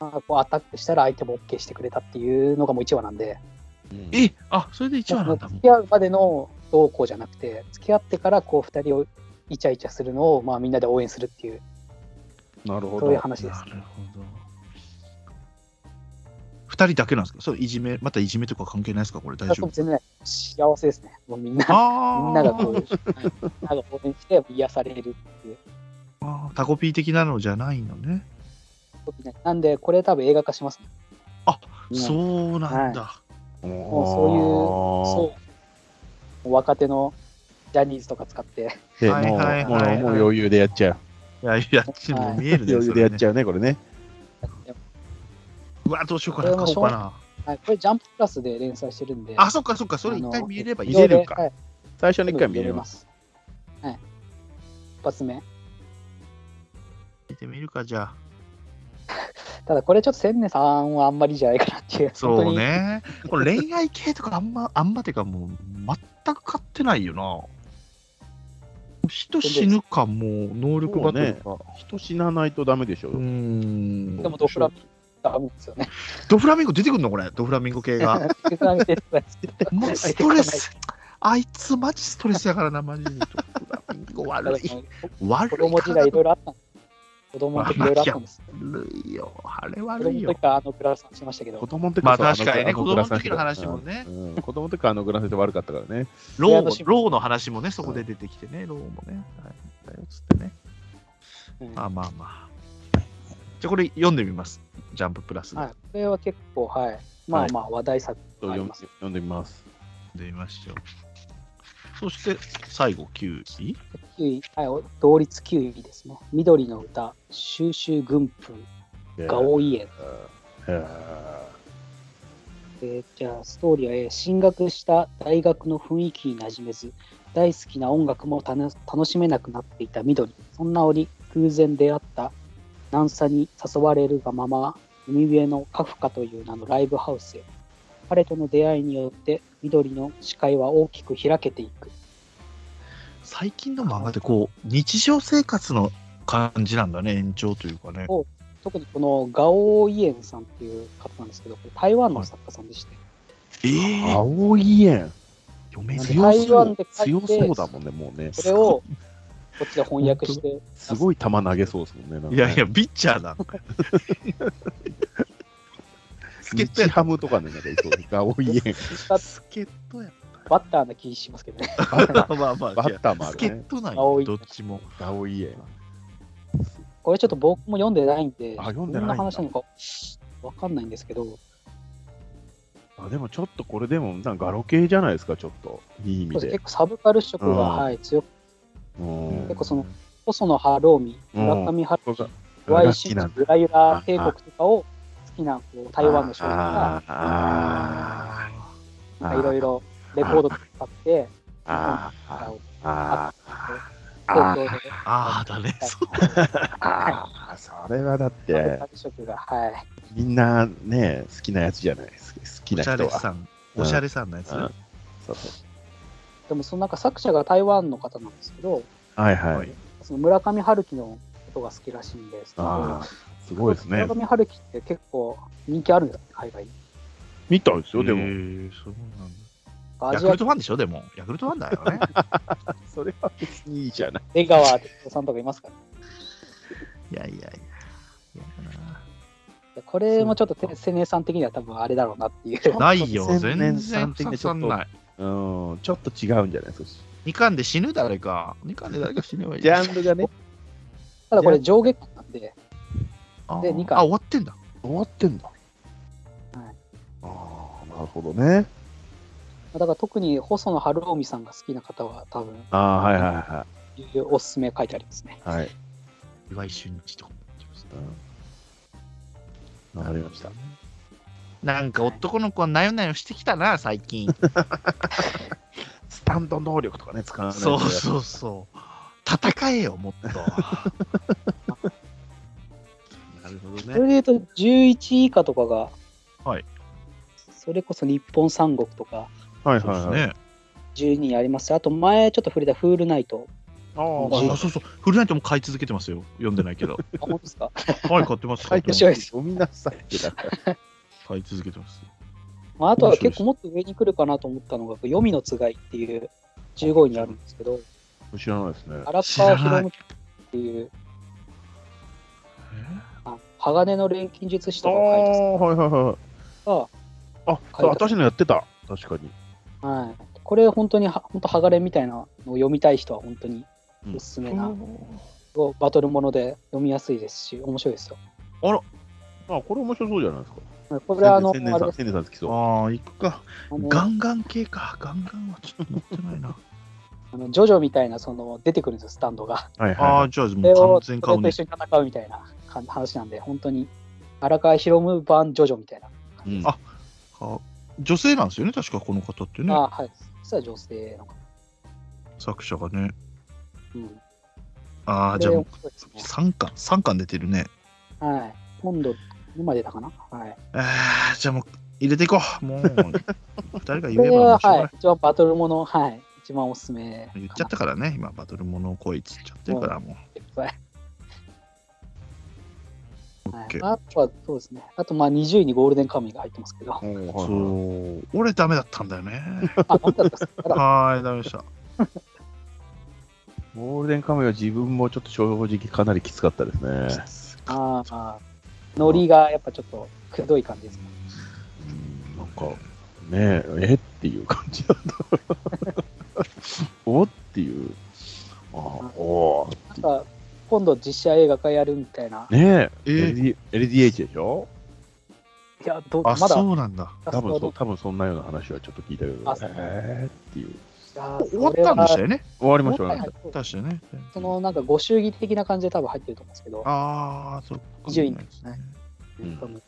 まあ、こうアタックしたら相手も OK してくれたっていうのがもう1話なんで、ええ、あ、それで一話なんだも付ん。き合うまでのどうこうじゃなくて、付き合ってからこう2人をイチャイチャするのを、まあ、みんなで応援するっていう、なるほそういうど。話ですな。るほど。二人だけなんですかそれいじめ、またいじめとか関係ないですかこれ大私丈も夫全然ない幸せですね、もうみんな。ああ。みんながこう、はいみんなが応援して癒されるっていう。あータコピー的なのじゃないのね。なんで、これ多分映画化しますね。あうんそうなんだ。ももうそういう、そう。若手のジャニーズとか使って、 *laughs* うはいもうはいはいはいもう余裕でやっちゃう。いや、やっちもう見えるね。余裕でやっちゃゃうね、これね。う。うわ、どうしようかな。これも買おうかな。はい、これジャンププラスで連載してるんで、あ、そっかそっか。それ一回見ればいいね。見れるかはい、最初の一回見れます。す。はい。一発目。見てみるか、じゃあ。ただこれちょっと千年さんはあんまりじゃないかなっていう。そうね。これ恋愛系とかあんま、 *laughs* あんまてかもう全く買ってないよな。人死ぬかもう能力バトルか。人死なないとダメでしょ。うーん本当に。でもドフラミンゴダメで *laughs* すよね。ドフラミンゴ出てくるのこれ。ドフラミンゴ系が。ドフラミンゴ出てこないですもうストレス。あいつマジストレスやからな、マジで。ドフラミンゴ悪い。悪い *laughs* か子ら供時代いろいろあったんです。子供の時いろいろあったんです。悪いよ。あれ子悪供いのよ時。からあのグラスさんしましたけど子、供の時まあそうの確かにねあ子供の時の話もねグラスうん子供の時からあのグラスで悪かったからね。ロー親のも心配ローの話もね、そこで出てきてね、ローもね。はいだよっつってね。うんまあまあまあ。じゃあこれ読んでみます。ジャンププラスで。はい、これは結構、はい、まあまあ話題作ちょっとあり読んます読んでみます。読んでみましょう。そして最後9位。 9位、はいお、同率9位ですね。緑の歌、収集軍風、ガへオイエン。ーえーじゃあ、ストーリーは、えー進学した大学の雰囲気に馴染めず、大好きな音楽もたの楽しめなくなっていた緑。そんな折、偶然出会った南沙に誘われるがまま、海辺のカフカという名のライブハウスへ。彼との出会いによって、緑の視界は大きく開けていく。最近の漫画ってこう、日常生活の感じなんだね、延長というかね。特にこのガオイエンさんっていう方なんですけど、これ台湾の作家さんでして、えー、青い円。読めでず強台そ湾うで書い強てそうだもんね、もうね。それをこっちで翻訳して、すごい球投げそうですもんね。なんかね *laughs* いやいや、ピッチャーだ。助っ人や日ハムとかね、なんかいそう。ガオイエ *laughs* ン。助っ人やっバッターな気しますけどね。た。まあまあ、バッターもある助ねっ人なんや、青いどっちも。ガオイエン。これちょっと僕も読んでないんで、あ読んでないんだどんな話なのかわかんないんですけど、あでもちょっとこれでも、なんかガロ系じゃないですか、ちょっと。いい意味結で。構サブカル色が、うんはい、強く、うん結構その、細野晴臣、うん村上春僕が樹、ワライッキシーなんンだグラユラ帝国とかを好きなこう台湾の少年があーあーなんかいろいろレコードとか買って、あーあのあ東ー京でああ、だね。そうあーそれはだっサブてカル色が、はい。みんなね好きなやつじゃないですか好きおなしゃれ人はさん、おしゃれさんのやつうねん。そうそうでもそのなんか作者が台湾の方なんですけど、はいはい、はいその村上春樹のことが好きらしいんですけあどあ、すごいですね村上春樹って結構人気あるんですか、海外に。見たんですよでへもーそうなんアだヤジクアルトファンでしょ、でも。ヤクルトファンだ *laughs* よね。それは別にいいじゃない江川哲夫さんとかいますから、ね、いやいやいや。いやいやこれもちょっとて青年さん的には多分あれだろうなっていう。なないよ、千全年さ然ん的刺にちょさっとんない。うんちょっと違うんじゃないですか二巻で死ぬ誰か。二巻で誰か死ねばいい。ジャンルがね *laughs* ただこれ上下巻なんで、あーで二巻あ、終わってんだ。終わってんだ、はいああなるほどねだから特に細野晴臣さんが好きな方は多分、ああはいはいはいろいろおすすめ書いてありますね。いはい岩井俊一とかも来ましうんわかりましたた。なんか男の子はなよなよしてきたな、最 *laughs* 近。スタンド能力とかね、使わないそうう。そうそう。戦えよ、も *laughs* っと。なるほそどれね。で言うと11以下とかが、はいそれこそ日本三国とかはいそうですはいはい。ね。 12にありますしあと前ちょっと触れたフールナイト。あああ、そうそう。フルナイトも買い続けてますよ。読んでない *laughs* けど。あ本当ですかはい、買ってます。買ってます面白いです読みなさいってだから。買い続けてます。まああとは結構もっと上に来るかなと思ったのが、読みのつがいっていう15位にあるんですけど、知らないですね。荒知ら川ない博文っていうあ鋼の錬金術師 *laughs* あとあ、かが書いてますはいはいはい。が、あ、それ私のやってた。確かに。はい、これ本当には本当ハガレンみたいなのを読みたい人は本当におすすめな、バトルもので読みやすいですし面白いですよあ、これ面白そうじゃないですか。はいこれはあの千年あさん、れです千年さん好きそう。ああ、行くか。あのガンガン系か。ガンガンはちょっと乗ってない *laughs* な。あのジョジョみたいなその出てくるんですよスタンドがはいあはあ、じゃあそれもをう完そ全れ顔とね一。緒に戦うみたいな感話なんで本当に荒川博夢版ジョジョみたいな、い。うんああ女性なんですよね、確かこの方ってね。あはい実は女性の方、作者がね。うん、ああ、じゃあこれもう面白いですね3巻、三巻出てるね。はい今度今出たかなはいああ、じゃあもう入れていこう。もう、誰かこ言えればもは、うしょうがはないい、一番バトルもの、はい、一番おすすめかな。言っちゃったからね、今、バトルものをこいつっちゃってるから、もう。はい OK あとはそうですね。あとまあ20位にゴールデンカムイが入ってますけど。 *laughs* うんはいはいそう。俺、ダメだったんだよね。あ、本当だったっすかはーい、ダメでした。ゴールデンカムイは自分もちょっと正直かなりきつかったですね。あーあー、ノリがやっぱちょっとくどい感じですね。うんなんか、ねえ、えっていう感じだった。おっていう。ああ、おーなんか今度実写映画化やるみたいねな。ええ、ー LD LDH でしょいや、どまあ、だそうなんだ。多分そう多分そんなような話はちょっと聞いたけどあ、そうえーっていう。終終わったんでしたよね。終わり終まわしったた終わりましはい確かね。そのなんかご祝儀的な感じで多分入ってると思うんですけど。ああ、そっか。順位ですねうん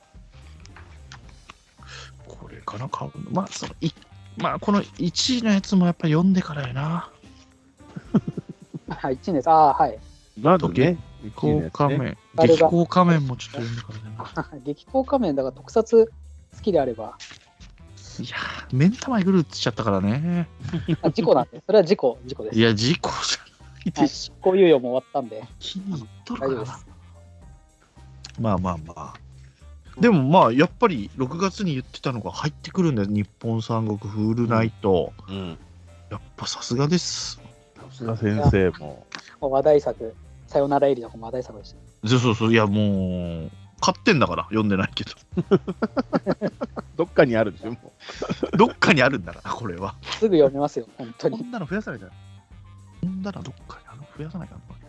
これかな、買うの。まあ、その、いまあ、この1位のやつもやっぱ読んでからやな。はい、1年です。ああ、はい。た。なんと時計ね、激光仮面。あれ激が光仮面もちょっと読んでからだな。 *laughs* 激高仮面だから特撮好きであれば、いやー、目ん玉いぐるっちゃったからね。あ事故なん *laughs* で、それは事故、事故です。いや、事故じゃないはでい、し執行猶予も終わったんでょ。、気に入っとるか大丈夫でらすな。。 *laughs* まあまあまあ。でもまあやっぱり6月に言ってたのが入ってくるんだよ日本三国フールナイト、うん。やっぱさすがですさすが先生も。話題作、さよならエリとかも話題作でした。そうそうそういやもう買ってんだから、読んでないけど。どっかにあるでしょ、もうどっかにあるんだから、これは。すぐ読めますよ、本当こに。んなの増やさないゃん。こんなのどっかにあの増やさないかんのかね